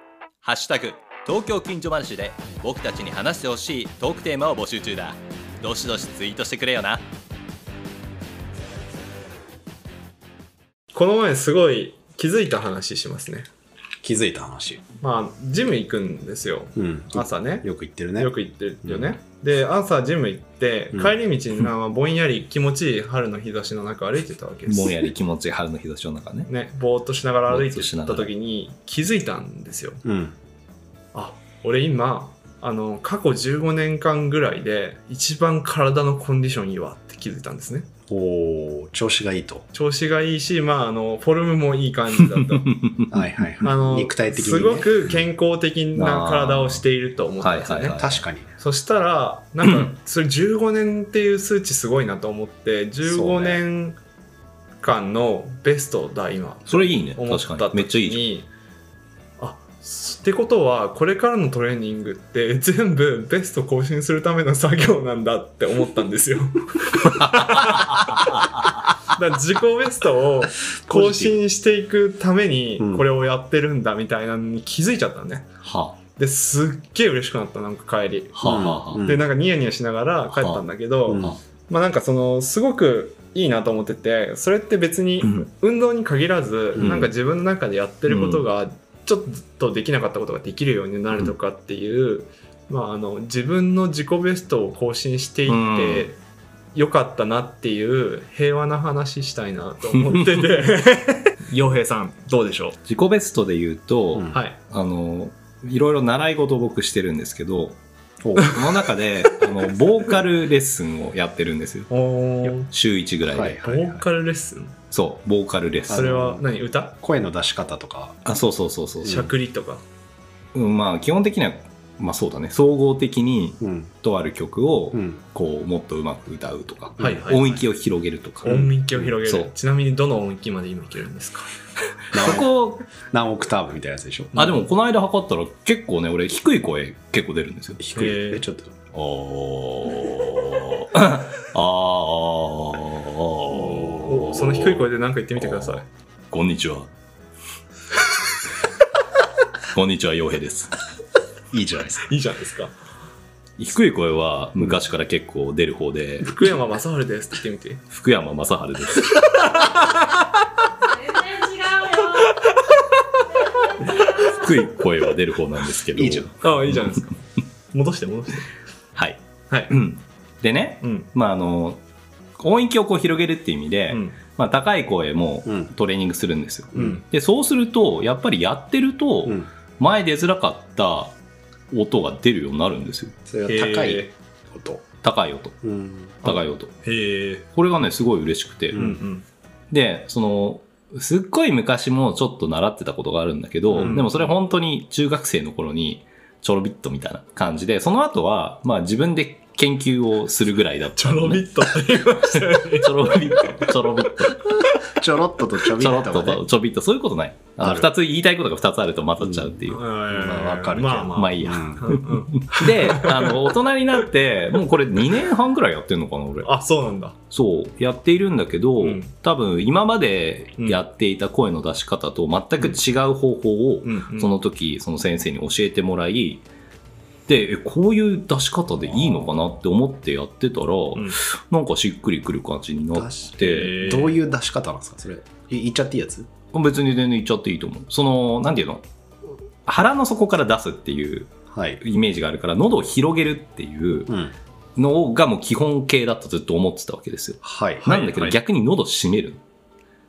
Speaker 6: ハッシュタグ東京近所話」で僕たちに話してほしいトークテーマを募集中だどしどしツイートしてくれよな
Speaker 4: この前すごい気づいた話しますね
Speaker 7: 気づいた話。
Speaker 4: まあジム行くんですよ
Speaker 7: うん。
Speaker 4: 朝ね
Speaker 7: よく言ってるね。
Speaker 4: よく行ってるよね、で朝ジム行って
Speaker 7: うん
Speaker 4: 帰り道になんかぼんやり気持ちいい春の日差しの中歩いてたわけです
Speaker 3: もんやり気持ちいい春の日差しの中ね
Speaker 4: ねぼーっとしながら歩
Speaker 3: ぼーっ
Speaker 4: い
Speaker 3: てとしな
Speaker 4: た
Speaker 3: がら
Speaker 4: 時に気づいたんですよ
Speaker 7: うん。
Speaker 4: あ俺今あの過去15年間ぐらいで一番体のコンディションいいわって気づいたんですね
Speaker 7: おお、調子がいいと。
Speaker 4: 調子がいいしまああのフォルムもいい感じ だと
Speaker 7: はいはいはい。
Speaker 4: あの
Speaker 7: 肉体的に、ね。
Speaker 4: すごく健康的な体をしていると思ったんですよね、
Speaker 3: あーはいはいはい
Speaker 7: 確かに。
Speaker 4: そしたらなんかそれ15年っていう数値すごいなと思って
Speaker 7: そ
Speaker 4: 15
Speaker 7: うね
Speaker 4: 年間のベストだ今
Speaker 3: それいいね
Speaker 4: 思っ
Speaker 3: 確
Speaker 4: た
Speaker 3: かに
Speaker 4: 時
Speaker 3: めっちゃいいじ
Speaker 4: にあってことはこれからのトレーニングって 全部ベスト更新するための作業なんだって思ったんですよ。 だから自己ベストを更新していくために
Speaker 7: うん
Speaker 4: これをやってるんだみたいなのに気づいちゃったのね
Speaker 3: ゃん。は
Speaker 4: ですっげえ嬉しくなったなんか帰り。
Speaker 3: あはあはあ
Speaker 7: うん
Speaker 4: でなんかニヤニヤしながら帰ったんだけど、
Speaker 7: うん
Speaker 4: まあなんかそのすごくいいなと思っててそれって別に
Speaker 3: うん
Speaker 4: 運動に限らず、
Speaker 7: うん
Speaker 4: なんか自分の中でやってることがちょっとできなかったことができるようになるとかっていう、まあ、あの自分の自己ベストを更新していって、よかったなっていう平和な話したいなと思ってて 洋平さんどうでしょ
Speaker 3: 自己ベストで言うと、
Speaker 7: うん
Speaker 4: うはい
Speaker 3: あのいろいろ習い事を僕してるんですけどその中であのボーカルレッスンをやってるんですよ
Speaker 4: おー
Speaker 3: 週1ぐらいで、
Speaker 7: はい
Speaker 4: ボーカルレッスン
Speaker 3: そうボーカルレッスン
Speaker 4: それは何歌
Speaker 7: 声の出し方とか。
Speaker 3: あそうそうそうそう、
Speaker 4: しゃくりとか、
Speaker 3: うん、まあ基本的にはまあそうだね総合的に
Speaker 7: うん。
Speaker 3: とある曲を
Speaker 7: うん。
Speaker 3: こうもっとうまく歌うとか、
Speaker 4: はいはいはい
Speaker 3: 音域を広げるとか、
Speaker 4: 音域を広げ
Speaker 3: そ
Speaker 4: る
Speaker 3: う
Speaker 4: ちなみにどの音域まで今いけるんですか
Speaker 3: そこ
Speaker 7: 何オクターブみたいなやつでしょ。
Speaker 3: あでもこの間測ったら結構ね俺低い声結構出るんですよ
Speaker 7: 低い。
Speaker 4: へー
Speaker 7: え、ちょっと。
Speaker 3: おーあーあーあーおー
Speaker 4: その低い声で何か言ってみてください。
Speaker 3: こんにちは。 こんにちは、洋平です。
Speaker 7: いいじゃないですか。
Speaker 4: いいじゃないですか。
Speaker 3: 低い声は昔から結構出る方で、
Speaker 4: 福山雅治ですって言ってみて。
Speaker 3: 福山雅治です。低い声は出る方なんですけど。
Speaker 7: いいじゃん。
Speaker 4: ああ、いいじゃないですか。 戻して戻して。
Speaker 3: はい。
Speaker 4: はい。
Speaker 3: うんでね、
Speaker 4: うん。
Speaker 3: まああの、音域をこう広げるっていう意味で、
Speaker 4: うん。
Speaker 3: まあ、高い声も
Speaker 7: うん
Speaker 3: トレーニングするんですよ。
Speaker 4: うん。
Speaker 3: で、そうすると、やっぱりやってると、
Speaker 7: うん。
Speaker 3: 前出づらかった音が出るようになるんですよ。
Speaker 7: それは高い
Speaker 4: へ
Speaker 7: 音。
Speaker 3: 高い音、
Speaker 7: うん。
Speaker 3: 高い音。
Speaker 4: え。へえ。
Speaker 3: これがね、すごい嬉しくて。
Speaker 7: う
Speaker 4: うんうん。
Speaker 3: で、その、すっごい昔もちょっと習ってたことがあるんだけど、
Speaker 4: うん
Speaker 3: でもそれ本当に中学生の頃にちょろびっとみたいな感じで、その後は、まあ自分で研究をするぐらいだっ た、
Speaker 4: ちょろびっとって言いましたよね。
Speaker 3: ちょろびっと、ちょろびっと、
Speaker 7: ちょろっととちょび
Speaker 3: ちょろ
Speaker 7: っ
Speaker 3: っ
Speaker 7: とが
Speaker 3: と
Speaker 7: ね
Speaker 3: と、。ちょびっと、そういうことない。あ
Speaker 7: あ
Speaker 3: の、
Speaker 7: る
Speaker 3: 二つ言いたいことが二つあると混ざっちゃうっていう。
Speaker 4: ま
Speaker 7: わかるけど
Speaker 4: まあまあ。
Speaker 3: まあいいや。
Speaker 7: うん
Speaker 4: うんうん
Speaker 3: で、あの、大人になって、もうこれ2年半ぐらいやってんのかな、俺。
Speaker 4: あ、そうなんだ。
Speaker 3: そう、やっているんだけど、
Speaker 4: うん
Speaker 3: 多分今までやっていた声の出し方と全く違う方法を、
Speaker 4: うんうん
Speaker 3: その時、その先生に教えてもらい、で、えこういう出し方でいいのかなって思ってやってたら、
Speaker 4: ん
Speaker 3: なんかしっくりくる感じになっ
Speaker 4: へ
Speaker 3: て、
Speaker 4: ー
Speaker 7: どういう出し方なんですかそれ。い言っちゃっていいやつ
Speaker 3: 別に全然言っちゃっていいと思う。その、なんていうの腹の底から出すっていう
Speaker 7: はい。
Speaker 3: イメージがあるから、喉を広げるっていう
Speaker 7: うん。
Speaker 3: のがもう基本形だとずっと思ってたわけですよ。
Speaker 7: はい。
Speaker 3: なんだけど
Speaker 4: はい
Speaker 3: 逆に喉締める。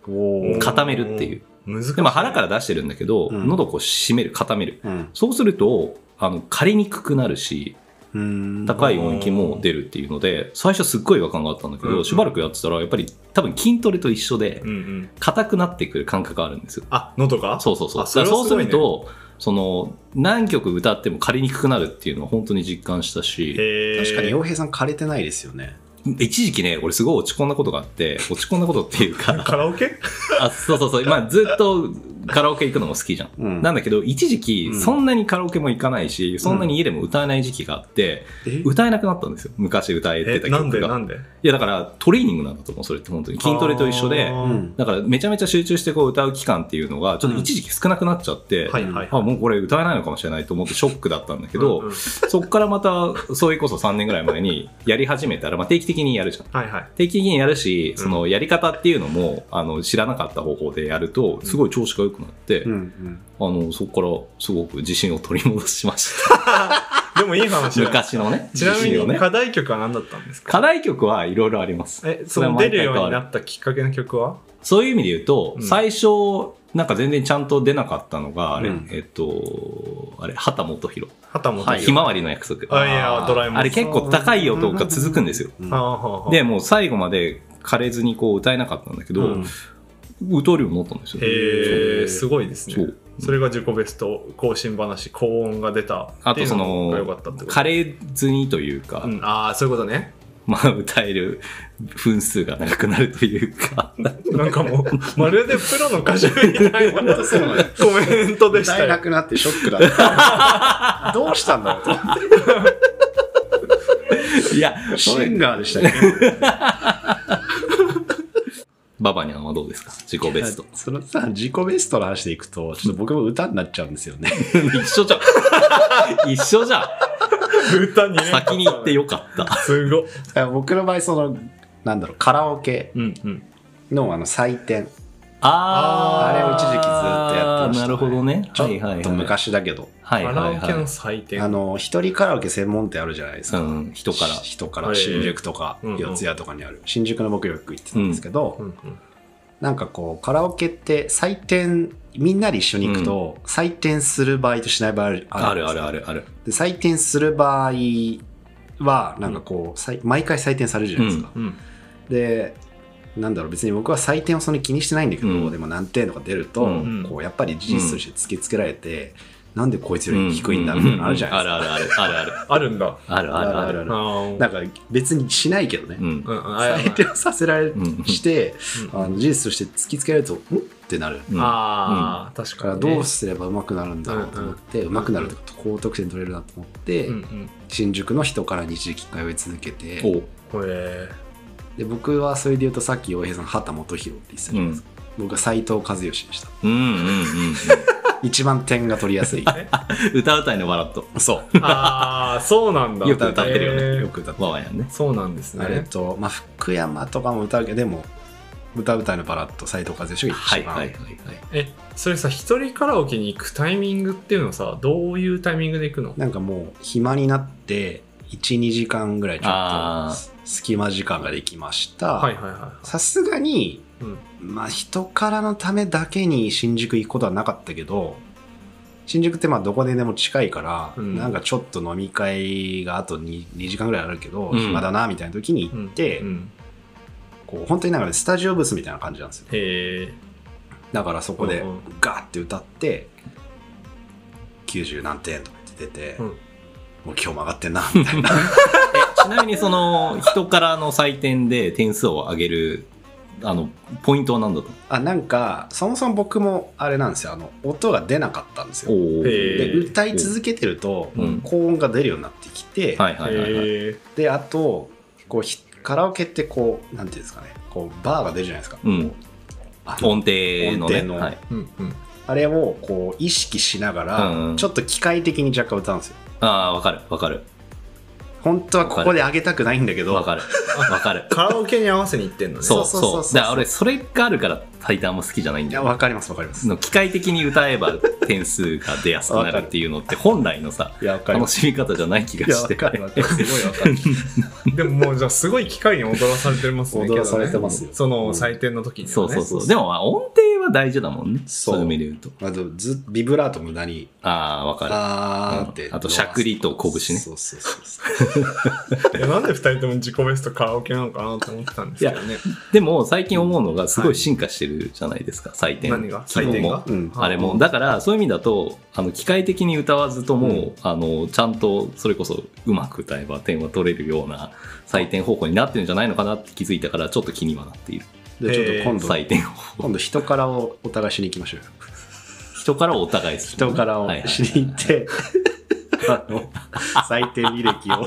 Speaker 7: おー
Speaker 3: 固めるっていう。
Speaker 4: 難しい。
Speaker 3: でも腹から出してるんだけど、
Speaker 7: うん
Speaker 3: 喉をこう締める、固める。
Speaker 7: うん
Speaker 3: そうすると、あの、枯れにくくなるし、
Speaker 7: うん。
Speaker 3: 高い音域も出るっていうので、最初すっごい違和感があったんだけ
Speaker 4: うんう
Speaker 3: ど、
Speaker 4: ん
Speaker 3: しばらくやってたら、やっぱり多分筋トレと一緒で
Speaker 4: う、んうん。
Speaker 3: 硬くなってくる感覚があるんですよ。
Speaker 4: あ、喉が
Speaker 3: そうそうそう。
Speaker 4: あ
Speaker 3: だか
Speaker 4: そ
Speaker 3: ら
Speaker 4: れは
Speaker 3: そうす
Speaker 4: ごい
Speaker 3: る
Speaker 4: ね
Speaker 3: と、その、何曲歌っても枯れにくくなるっていうのは本当に実感したし、
Speaker 4: へー
Speaker 7: 確かに洋平さん枯れてないですよね。
Speaker 3: 一時期ね、俺すごい落ち込んだことがあって、落ち込んだことっていう か、
Speaker 4: カラオケ
Speaker 3: あそうそうそう、まあ、ずっとカラオケ行くのも好きじゃん。
Speaker 7: うん
Speaker 3: なんだけど、一時期
Speaker 7: う、ん
Speaker 3: そんなにカラオケも行かないし、そんなに家でも歌えない時期があって、
Speaker 7: え
Speaker 3: 歌えなくなったんですよ。昔歌えて
Speaker 4: え
Speaker 3: た
Speaker 4: なん
Speaker 3: 曲
Speaker 4: でな
Speaker 3: が。
Speaker 4: んで
Speaker 3: いや、だからトレーニングなんだと思う、それって本当に。筋トレと一緒で
Speaker 4: あ、
Speaker 7: う
Speaker 4: ー
Speaker 7: ん。
Speaker 3: だからめちゃめちゃ集中してこう歌う期間っていうのが、ちょっと一時期少なくなっちゃって、
Speaker 4: はいはい
Speaker 3: あ、もうこれ歌えないのかもしれないと思ってショックだったんだけど、
Speaker 4: うんうん
Speaker 3: そっからまた、それこそ3年ぐらい前にやり始めたら、まあ定期的にやるじゃん。
Speaker 4: はいはい
Speaker 3: 定期的にやるし、そのやり方っていうのも、あの知らなかった方法でやると、すごい調子が良くなって、
Speaker 7: うんうん。
Speaker 3: あのそこからすごく自信を取り戻しま した。
Speaker 4: でもいい話だ
Speaker 3: 昔のね、
Speaker 4: ちなみ
Speaker 3: 自信を
Speaker 4: に
Speaker 3: ね。
Speaker 4: 課題曲は何だったんですか
Speaker 3: 課題曲はいろいろあります。
Speaker 4: え
Speaker 3: そ
Speaker 4: そ
Speaker 3: れは
Speaker 4: の
Speaker 3: 毎
Speaker 4: 出
Speaker 3: 回
Speaker 4: るようになったきっかけの曲は
Speaker 3: そういう意味で言うと、
Speaker 4: うん
Speaker 3: 最初、なんか全然ちゃんと出なかったのが、あれ、
Speaker 7: うん
Speaker 3: えっと、あれ、畑元博。
Speaker 4: 畑本
Speaker 3: ひまわりの約束。
Speaker 4: あいやドラえもん
Speaker 3: あれ結構高い音が続くんですよ。
Speaker 7: うん
Speaker 4: あーはーはー
Speaker 3: で、もう最後まで枯れずにこう歌えなかったんだけど、
Speaker 4: うん
Speaker 3: 歌えるようになったんですよ。
Speaker 4: へえすごいです
Speaker 3: そ
Speaker 4: ね
Speaker 3: う
Speaker 4: それが自己ベスト更新話高音が出た
Speaker 3: あ
Speaker 4: ってい
Speaker 3: と
Speaker 4: う
Speaker 3: そ
Speaker 4: が良か
Speaker 3: の
Speaker 4: ったって、こと
Speaker 3: 枯れずにというか、
Speaker 4: うんああそういうことね
Speaker 3: まあ歌える分数が長くなるという か、
Speaker 4: なんかもう まるでプロの歌手みたいな
Speaker 7: そうなのよ
Speaker 4: コメントでし
Speaker 7: 歌
Speaker 4: た
Speaker 7: えな
Speaker 4: よ
Speaker 7: くなってショック だった。どうしたんだろうと思っ
Speaker 3: いや、
Speaker 7: て。シンガーでしたね。。
Speaker 3: ババニャンはどうですか自己ベスト
Speaker 7: そのさ、自己ベストの話でいくと、ちょっと僕も歌になっちゃうんですよね。
Speaker 3: 一緒じゃん。 一緒じゃん。
Speaker 4: 歌にね
Speaker 3: 先に行ってよかった。
Speaker 4: すごっ
Speaker 7: だから僕の場合、その、なんだろう、カラオケ
Speaker 4: うんうん
Speaker 7: のあの祭典。
Speaker 3: あ
Speaker 7: あ
Speaker 3: ー
Speaker 7: れを一時期ずっとやってました、
Speaker 3: なるほどね。
Speaker 7: ちょっと。昔だけど、
Speaker 3: はい
Speaker 4: カ
Speaker 3: はいは
Speaker 4: ラ
Speaker 3: い。
Speaker 4: オケの採点
Speaker 7: あの、一人カラオケ専門店あるじゃないですか。
Speaker 3: うん、人から。
Speaker 7: 人か
Speaker 4: は
Speaker 7: ら
Speaker 4: い
Speaker 7: 新宿とか
Speaker 4: うんうん
Speaker 7: 四谷とかにある新宿の僕よく行ってたんですけど、
Speaker 4: うんうん
Speaker 7: なんかこうカラオケって採点みんなで一緒に行くと、採点する場合としない場合ある
Speaker 3: あるあるあるある。
Speaker 7: で採点する場合はなんかこう、さい毎回採点されるじゃないですか、
Speaker 4: うん
Speaker 7: でなんだろう別に僕は採点をそんなに気にしてないんだけど、
Speaker 3: うん
Speaker 7: でも何点とか出ると、
Speaker 3: うん
Speaker 7: こうやっぱり事実として突きつけられて、なんでこいつより低いんだみたいなのあるじゃないです
Speaker 3: う
Speaker 7: か、
Speaker 3: んうんうんあるあるある
Speaker 4: あるんだ
Speaker 3: ある。あるあるある。
Speaker 4: あー
Speaker 7: だから別にしないけどね、
Speaker 3: うん。
Speaker 4: うんうんあやばい
Speaker 7: 採点をさせられ
Speaker 3: うん
Speaker 7: して、
Speaker 4: うん
Speaker 7: あの事実として突きつけられると「ん?」ってなる
Speaker 3: うん
Speaker 4: ああ、確
Speaker 7: だか
Speaker 4: からに、
Speaker 7: どうすれば上手くなるんだろうと思って、
Speaker 4: ん
Speaker 7: 上手くなるとか高得点取れるなと思って、
Speaker 4: うんうん。
Speaker 7: 新宿の人から日時期通い続けて
Speaker 3: お
Speaker 4: これ、
Speaker 7: で僕はそれで言うとさっき洋平さん畑元博って言ってたじゃないですか、僕は斎藤和義でした
Speaker 3: うんうんうんうん。
Speaker 7: 一番点が取りや すい
Speaker 3: 歌うたいのバラッド。
Speaker 7: そ
Speaker 4: ああ、そうなんだ。
Speaker 7: うよく歌ってるよね、
Speaker 4: へー
Speaker 7: よく歌って
Speaker 3: 我が家ね。
Speaker 4: そうなんです
Speaker 7: あれ
Speaker 4: ね。
Speaker 7: と、まあ、福山とかも歌うけどでも歌うたいのバラッド斎藤和義が
Speaker 3: は
Speaker 7: 一
Speaker 3: い
Speaker 7: 番、
Speaker 3: はいはいはい。
Speaker 4: え、それさ、一人カラオケに行くタイミングっていうのさ、どういうタイミングで行くの
Speaker 7: なんかもう暇になって12時間ぐらいちょ
Speaker 3: あ
Speaker 7: っと隙間時間ができました
Speaker 4: はいはいは
Speaker 7: さすがに、
Speaker 4: うん
Speaker 7: まあ人からのためだけに新宿行くことはなかったけど新宿ってまあどこででも近いから、
Speaker 4: うん
Speaker 7: なんかちょっと飲み会があと 2, 2時間ぐらいあるけど、
Speaker 3: うん
Speaker 7: 暇だなみたいな時に行っ
Speaker 4: い。
Speaker 7: て、
Speaker 4: うん。
Speaker 7: こう本当になんかねスタジオブースみたいな感じなんですよ
Speaker 4: へえ。
Speaker 7: だからそこで
Speaker 4: うんうん
Speaker 7: ガーって歌って90何点とかって出て、
Speaker 4: うん
Speaker 7: もう今日曲がってんなみたいな
Speaker 3: えちなみにその人からの採点で点数を上げるあのポイントは何だと
Speaker 7: あなんかそもそも僕もあれなんですよあの音が出なかったんですよ
Speaker 3: おお。
Speaker 4: へ
Speaker 7: で
Speaker 4: えー
Speaker 7: 歌い続けてると、
Speaker 3: うん
Speaker 7: 高音が出るようになってきて、
Speaker 3: はいはいはいはい。
Speaker 4: へえ。
Speaker 7: であとこうひカラオケってこうなんていうんですかねこうバーが出るじゃないですか
Speaker 3: うん。
Speaker 7: あ
Speaker 3: 音程の
Speaker 7: 音
Speaker 3: ね。
Speaker 7: 程の
Speaker 3: はい、
Speaker 4: うんうん。
Speaker 7: あれをこう意識しながら、
Speaker 3: うん
Speaker 7: ちょっと機械的に若干歌うんですよ
Speaker 3: ああ、わかるわかる。
Speaker 7: 本当はここで上げたくないんだけど
Speaker 3: わかる。わかる。
Speaker 4: カラオケに合わせに行ってんのね。
Speaker 3: そう
Speaker 7: そ
Speaker 3: そ
Speaker 7: うそうそう
Speaker 3: う。
Speaker 7: そう
Speaker 3: だから俺、それがあるから、タイタンも好きじゃないん
Speaker 7: い
Speaker 3: だ
Speaker 7: や
Speaker 3: よ。
Speaker 7: わかりますわかります
Speaker 3: の機械的に歌えば点数が出やすくなるっていうのって本来のさ
Speaker 7: いやわかりま
Speaker 3: 楽
Speaker 7: す
Speaker 3: しみ方じゃない気が
Speaker 7: いや
Speaker 3: し
Speaker 7: わ
Speaker 3: て
Speaker 7: かるわかるすごいわかる
Speaker 4: でももうじゃあすごい機械に踊らされてますね。
Speaker 7: 踊らされてますよ
Speaker 4: けどねその
Speaker 7: うん
Speaker 4: 採点の時にはね。
Speaker 3: そうそうそうでもまあ音程は大事だもんね
Speaker 7: そう
Speaker 3: そういう意味で言うと
Speaker 7: まあでもずビブラート無駄に
Speaker 3: ああわかる
Speaker 7: あーって、
Speaker 3: うんあとしゃくりと拳ね
Speaker 7: そうそうそうそう
Speaker 4: いやなんで二人とも自己ベストカラオケなのかなと思ってたんですけどね。
Speaker 3: でも最近思うのがすごい進化してるじゃないですか、採点
Speaker 4: 何が
Speaker 3: 機能
Speaker 4: 採点
Speaker 3: も
Speaker 4: が
Speaker 7: うん
Speaker 3: あれ
Speaker 4: あ
Speaker 3: も
Speaker 4: ー
Speaker 3: だからそういう意味だとあの機械的に歌わずとも、
Speaker 7: うん
Speaker 3: あのちゃんとそれこそうまく歌えば点は取れるような採点方法になってるんじゃないのかなって気づいたからちょっと気にはなっている
Speaker 7: でちょっと今度
Speaker 3: 採点方法
Speaker 7: 今度人からをお互いしに行きましょうよ
Speaker 3: 人からお互いする
Speaker 7: 人からを
Speaker 3: はいはい
Speaker 7: しに行って、あの、採点履歴を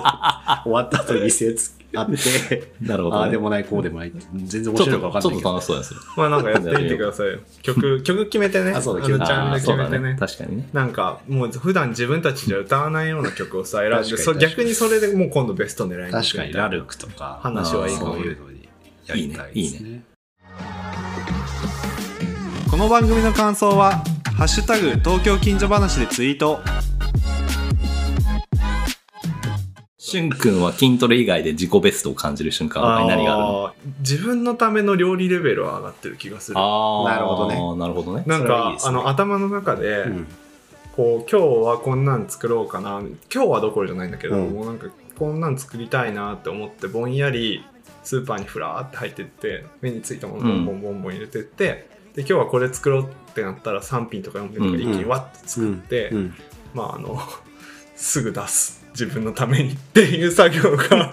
Speaker 7: 終わった後に見せつあって、
Speaker 3: なるほど、
Speaker 7: あ
Speaker 3: ね、
Speaker 7: あでもない、こうでもないって、全然面
Speaker 3: ちょっ
Speaker 7: 白いのか
Speaker 3: と
Speaker 7: 分
Speaker 3: ち
Speaker 7: かん
Speaker 3: ょっと
Speaker 7: ないけど。
Speaker 3: 楽しそうですよ
Speaker 4: まあなんかやってみてくださいよ。曲、曲決めてね。
Speaker 7: あそう
Speaker 4: の
Speaker 7: だ曲
Speaker 4: ジャン
Speaker 3: あ
Speaker 4: ル
Speaker 3: ー
Speaker 4: 決
Speaker 3: そう
Speaker 4: め
Speaker 3: だ
Speaker 4: て
Speaker 3: ね
Speaker 4: ね。
Speaker 3: 確かにね
Speaker 4: なんかもう普段自分たちじゃ歌わないような曲をさ選ん
Speaker 7: 確か
Speaker 4: で
Speaker 7: に
Speaker 4: そう逆にそれでもう今度ベスト狙いに行く
Speaker 7: 確かに、ラルクとか、
Speaker 4: 話はいいかも
Speaker 7: そういうのにやりたいですね。
Speaker 8: この番組の感想は「ハッシュタグ東京近所話」でツイート
Speaker 3: しゅんくんは筋トレ以外で自己ベストを感じる瞬間は他に何があるの
Speaker 4: あー自分のための料理レベルは上がってる気がする
Speaker 3: あー
Speaker 7: なるほどね
Speaker 3: なるほどね
Speaker 4: なん
Speaker 7: それはい
Speaker 4: か
Speaker 7: いです
Speaker 4: あ
Speaker 7: ね
Speaker 4: の頭の中で、
Speaker 7: うん
Speaker 4: こう今日はこんなん作ろうかな今日はどころじゃないんだけど、
Speaker 7: うん
Speaker 4: もうなんかこんなん作りたいなって思ってぼんやりスーパーにふらーって入ってって目についたものをボンボンボンボン入れてって、で今日はこれ作ろうってなったら3品とか4品とか一気にわっと作って、
Speaker 7: うん
Speaker 4: まああのすぐ出す自分のためにっていう作業 が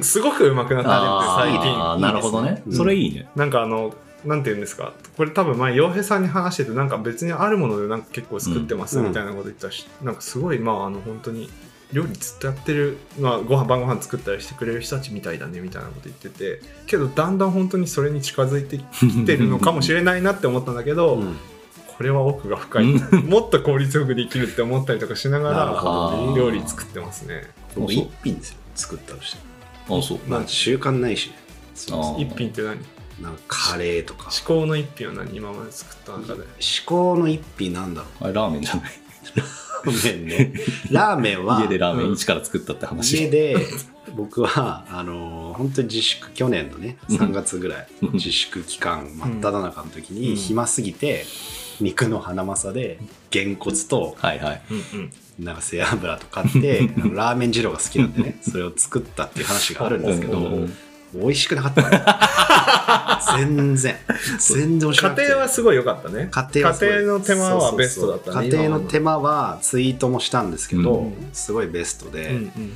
Speaker 4: すごくうまくなったね最
Speaker 3: あー
Speaker 4: 近
Speaker 3: なるほどね
Speaker 7: うん
Speaker 3: それいいね
Speaker 4: なんかあのなんて言うんですかこれ多分前洋平さんに話しててなんか別にあるものでなんか結構作ってます
Speaker 7: うん
Speaker 4: みたいなこと言ってたし、なんかすごいまああの本当に料理ずっとやってる、まあ、ご飯晩ご飯作ったりしてくれる人たちみたいだねみたいなこと言っててけどだんだん本当にそれに近づいてきてるのかもしれないなって思ったんだけど、
Speaker 7: うん
Speaker 4: これは奥が 深いもっと効率よくできるって思ったりとかしなが
Speaker 7: なるほ
Speaker 4: ら
Speaker 3: どね
Speaker 4: 料理作ってますね
Speaker 7: 僕一品ですよ、作ったとして。
Speaker 3: あそう
Speaker 7: まあ、習慣ないしね。
Speaker 3: あー
Speaker 4: 一品って何思
Speaker 7: なんかカレーとか。
Speaker 4: 考の一品は何今まで作った中で
Speaker 7: 至高の一品なんだろ。
Speaker 3: あれラーメンじゃないう
Speaker 7: ラーメンね。ラーメンは、
Speaker 3: 家でラーメン一から作ったって話、
Speaker 7: 家で僕はあのー本当に自粛去年のね3月ぐらい
Speaker 3: うん
Speaker 7: 自粛期間真っ只中の時に、
Speaker 4: うん
Speaker 7: 暇すぎて肉のハナマサでげんこつと
Speaker 3: はいはい
Speaker 4: うんうん
Speaker 7: なんか背脂と買ってあのラーメン二郎が好きなんでねそれを作ったっていう話があるんですけ
Speaker 3: うんうんう
Speaker 7: ど
Speaker 3: ん
Speaker 7: 美味しくなかったの全然全然美味しくな
Speaker 4: 家
Speaker 7: くて
Speaker 4: 庭はすごい良かったね
Speaker 7: 家庭はすごい
Speaker 4: の手間はベストだったね
Speaker 7: そうそうそう家庭の手間はツイートもしたんですけど、
Speaker 4: うん
Speaker 7: すごいベストで、
Speaker 4: うんうん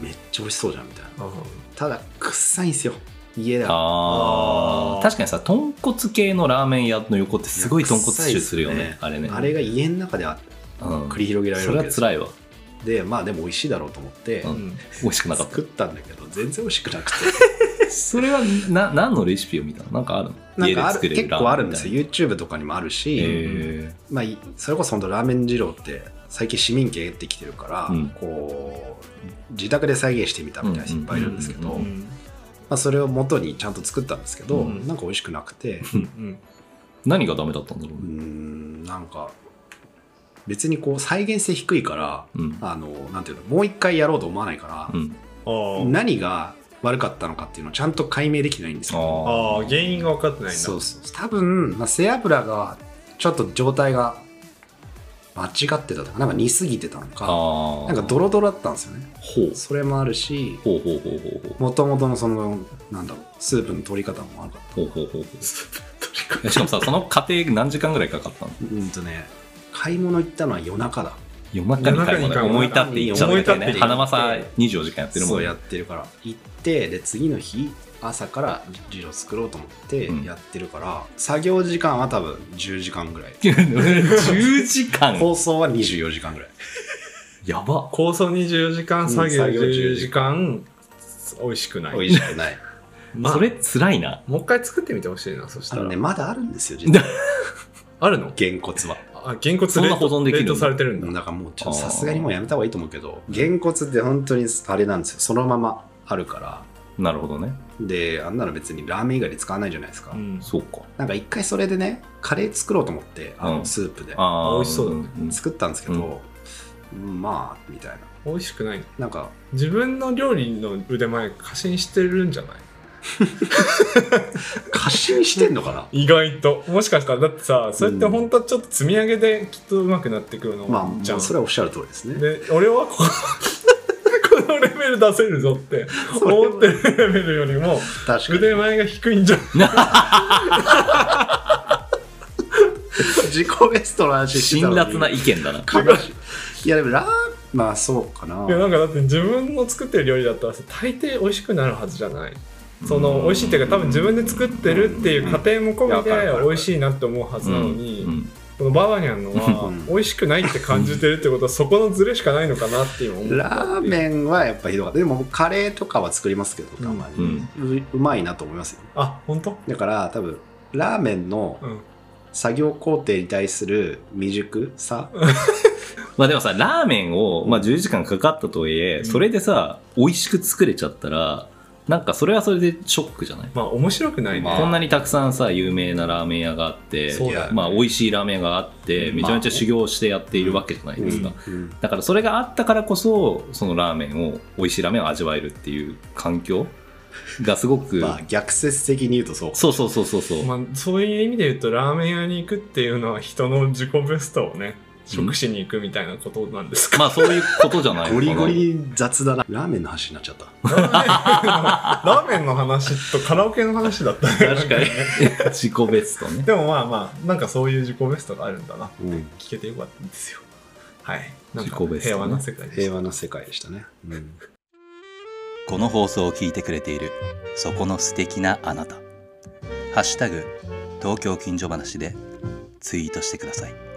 Speaker 7: めっちゃ美味しそうじゃんみたいな
Speaker 4: あ
Speaker 7: ただ臭いんですよ家だと
Speaker 3: あー確かにさ豚骨系のラーメン屋の横ってすごい豚骨臭するよね
Speaker 7: いや
Speaker 3: あれね
Speaker 7: あれが家の中では
Speaker 3: うん
Speaker 7: 繰り広げられ
Speaker 3: そ
Speaker 7: る
Speaker 3: れは
Speaker 7: わけです
Speaker 3: 辛いわ
Speaker 7: でまあでも美味しいだろうと思って、
Speaker 3: う
Speaker 4: ー
Speaker 3: ん
Speaker 4: うん
Speaker 3: 美味しくなかった
Speaker 7: 作ったんだけど全然美味しくなくて
Speaker 3: それはな何のレシピを見たのなんかあるの
Speaker 7: なんかあ
Speaker 3: 家で作れ
Speaker 7: る結
Speaker 3: る
Speaker 7: 構あるんです
Speaker 3: よ。
Speaker 7: よ YouTube とかにもあるし、
Speaker 3: へ
Speaker 7: まあ、いそれこそ本当ラーメン二郎って最近市民権得てきてるから、
Speaker 3: うん
Speaker 7: こう自宅で再現してみたみたいな人いっぱいいるんですけど、
Speaker 3: うんうん
Speaker 7: まあ、それを元にちゃんと作ったんですけど、
Speaker 4: うん
Speaker 7: なんか美味しくなくて
Speaker 3: ー何がダメだったんだろ
Speaker 7: うー
Speaker 3: う、ね
Speaker 7: んなんか別にこう再現性低いから
Speaker 3: うん
Speaker 7: あのなんていうのもう一回やろうと思わないか
Speaker 3: うん、
Speaker 7: ら、
Speaker 4: あ
Speaker 7: 何が悪かったのかっていうのをちゃんと解明できてないんですよ。
Speaker 4: あ
Speaker 3: あ
Speaker 4: ああ原因が分かってないんだ
Speaker 7: そうそう多分、まあ、背脂がちょっと状態が間違ってたとかなんか煮すぎてたの
Speaker 3: あ
Speaker 7: か
Speaker 3: ー
Speaker 7: なんかドロドロだったんですよね
Speaker 3: ほう
Speaker 7: それもあるし
Speaker 3: ほうほうほうほうほう
Speaker 7: もともとのそのなんだろうスープの取り方も悪かっ
Speaker 3: ほうほうほうほうしかもさその過程何時間ぐらいかかったの
Speaker 7: たうんとね買い物行ったのは夜中だ
Speaker 3: 夜中に買い
Speaker 4: 夜中に買
Speaker 3: 物
Speaker 4: い物
Speaker 3: 思い立って行っちゃうだけね
Speaker 4: 思い立って行って
Speaker 3: 花正24時間やってるも
Speaker 7: そ
Speaker 3: ん
Speaker 7: う
Speaker 3: ね
Speaker 7: やってるから行ってで次の日朝からジロ作ろうと思って
Speaker 3: うん
Speaker 7: やってるから、作業時間は多分10時間ぐらい
Speaker 3: 10時間
Speaker 7: 放送は24時間ぐらい
Speaker 3: やば
Speaker 4: 構想24時間作業
Speaker 7: うん作業
Speaker 4: 10時間美味しくない
Speaker 7: 美味しく ない
Speaker 4: まあ
Speaker 3: それつらいな
Speaker 4: もう一回作ってみてほしいなそし
Speaker 7: あ
Speaker 4: た
Speaker 7: のね
Speaker 4: ら
Speaker 7: まだあるんですよ実は
Speaker 4: あるの
Speaker 7: げんこつは
Speaker 4: あ原骨
Speaker 3: そんな保存できるんだ
Speaker 4: 冷凍されてるんだ
Speaker 7: だからもうちょっとさすがにもうやめた方がいいと思うけどげんこつって本当にあれなんですよそのままあるから
Speaker 3: なるほどね
Speaker 7: であんなの別にラーメン以外で使わないじゃないですか、
Speaker 4: うん
Speaker 3: そうか
Speaker 7: なんか一回それでねカレー作ろうと思ってあ
Speaker 3: うん
Speaker 7: のスープで
Speaker 3: あー
Speaker 4: 美味しそうだね
Speaker 3: ん
Speaker 7: 作ったんですけど、うんまあみたいな
Speaker 4: 美味しくない
Speaker 7: なんか
Speaker 4: 自分の料理の腕前過信してるんじゃない
Speaker 7: 過信してんのかな
Speaker 4: 意外ともしかしたらだってさそれって本当はちょっと積み上げできっとうまくなってくるの
Speaker 7: まあ
Speaker 4: じ
Speaker 7: も
Speaker 4: ゃ
Speaker 7: うんそれはおっしゃる通りですね
Speaker 4: で俺はこ このレベル出せるぞって思ってるレベルよりも
Speaker 7: 確かに
Speaker 4: 腕前が低いんじゃない
Speaker 7: 自己ベストの話してた
Speaker 3: 辛
Speaker 7: のに
Speaker 3: 辣な意見だな
Speaker 7: 悲しいいやでもラーまあそうかない
Speaker 4: やなんかだって自分の作ってる料理だったらさ大抵美味しくなるはずじゃないその美味しいっていうか多分自分で作ってるっていう過程も込み
Speaker 7: うんうんうんいやわかるわか
Speaker 4: で
Speaker 7: る
Speaker 4: 美味しいなって思うはずなの
Speaker 3: う
Speaker 4: に
Speaker 3: ん
Speaker 4: このババニャンのは
Speaker 7: うん
Speaker 4: 美味しくないって感じてるってことはそこのズレしかないのかなって今思う
Speaker 7: ラーメンはやっぱひどかったでもカレーとかは作りますけどたま
Speaker 3: う
Speaker 7: に、
Speaker 3: ん
Speaker 7: ううまいなと思いますよ
Speaker 4: あ本当
Speaker 7: だから多分ラーメンの
Speaker 4: うん
Speaker 7: 作業工程に対する未熟さ、
Speaker 3: まあでもさラーメンを、まあ、10時間かかったとはいえ、
Speaker 4: ん
Speaker 3: それでさ美味しく作れちゃったらなんかそれはそれでショックじゃない
Speaker 4: まあ面白くないね、
Speaker 7: まあ
Speaker 3: こんなにたくさんさ有名なラーメン屋があって
Speaker 4: そうだよね
Speaker 3: まあ、美味しいラーメンがあってめちゃめちゃ修行してやっているわけじゃないですか、
Speaker 7: うん
Speaker 3: だからそれがあったからこそそのラーメンを美味しいラーメンを味わえるっていう環境がすごく、
Speaker 7: まあ逆説的に言うとそう
Speaker 3: そうそうそうそうそう、
Speaker 4: まあ、そういう意味で言うとラーメン屋に行くっていうのは人の自己ベストをね食しに行くみたいなことなんですか、
Speaker 3: まあそういうことじゃないの
Speaker 7: ゴ
Speaker 3: か
Speaker 7: リ
Speaker 3: な
Speaker 7: ゴリに雑だなラーメンの話になっちゃった
Speaker 4: ラーメンの話とカラオケの話だったね
Speaker 3: 確かに 自己ベストね
Speaker 4: でもまあまあなんかそういう自己ベストがあるんだな
Speaker 7: うん
Speaker 4: 聞けてよかったんですよはいなんか
Speaker 3: 自己ベストね
Speaker 4: 平和な世界でし
Speaker 7: 平
Speaker 4: た
Speaker 7: 和な世界でしたね、うん
Speaker 6: この放送を聞いてくれているそこの素敵なあなた「ハッシュタグ東京近所話」でツイートしてください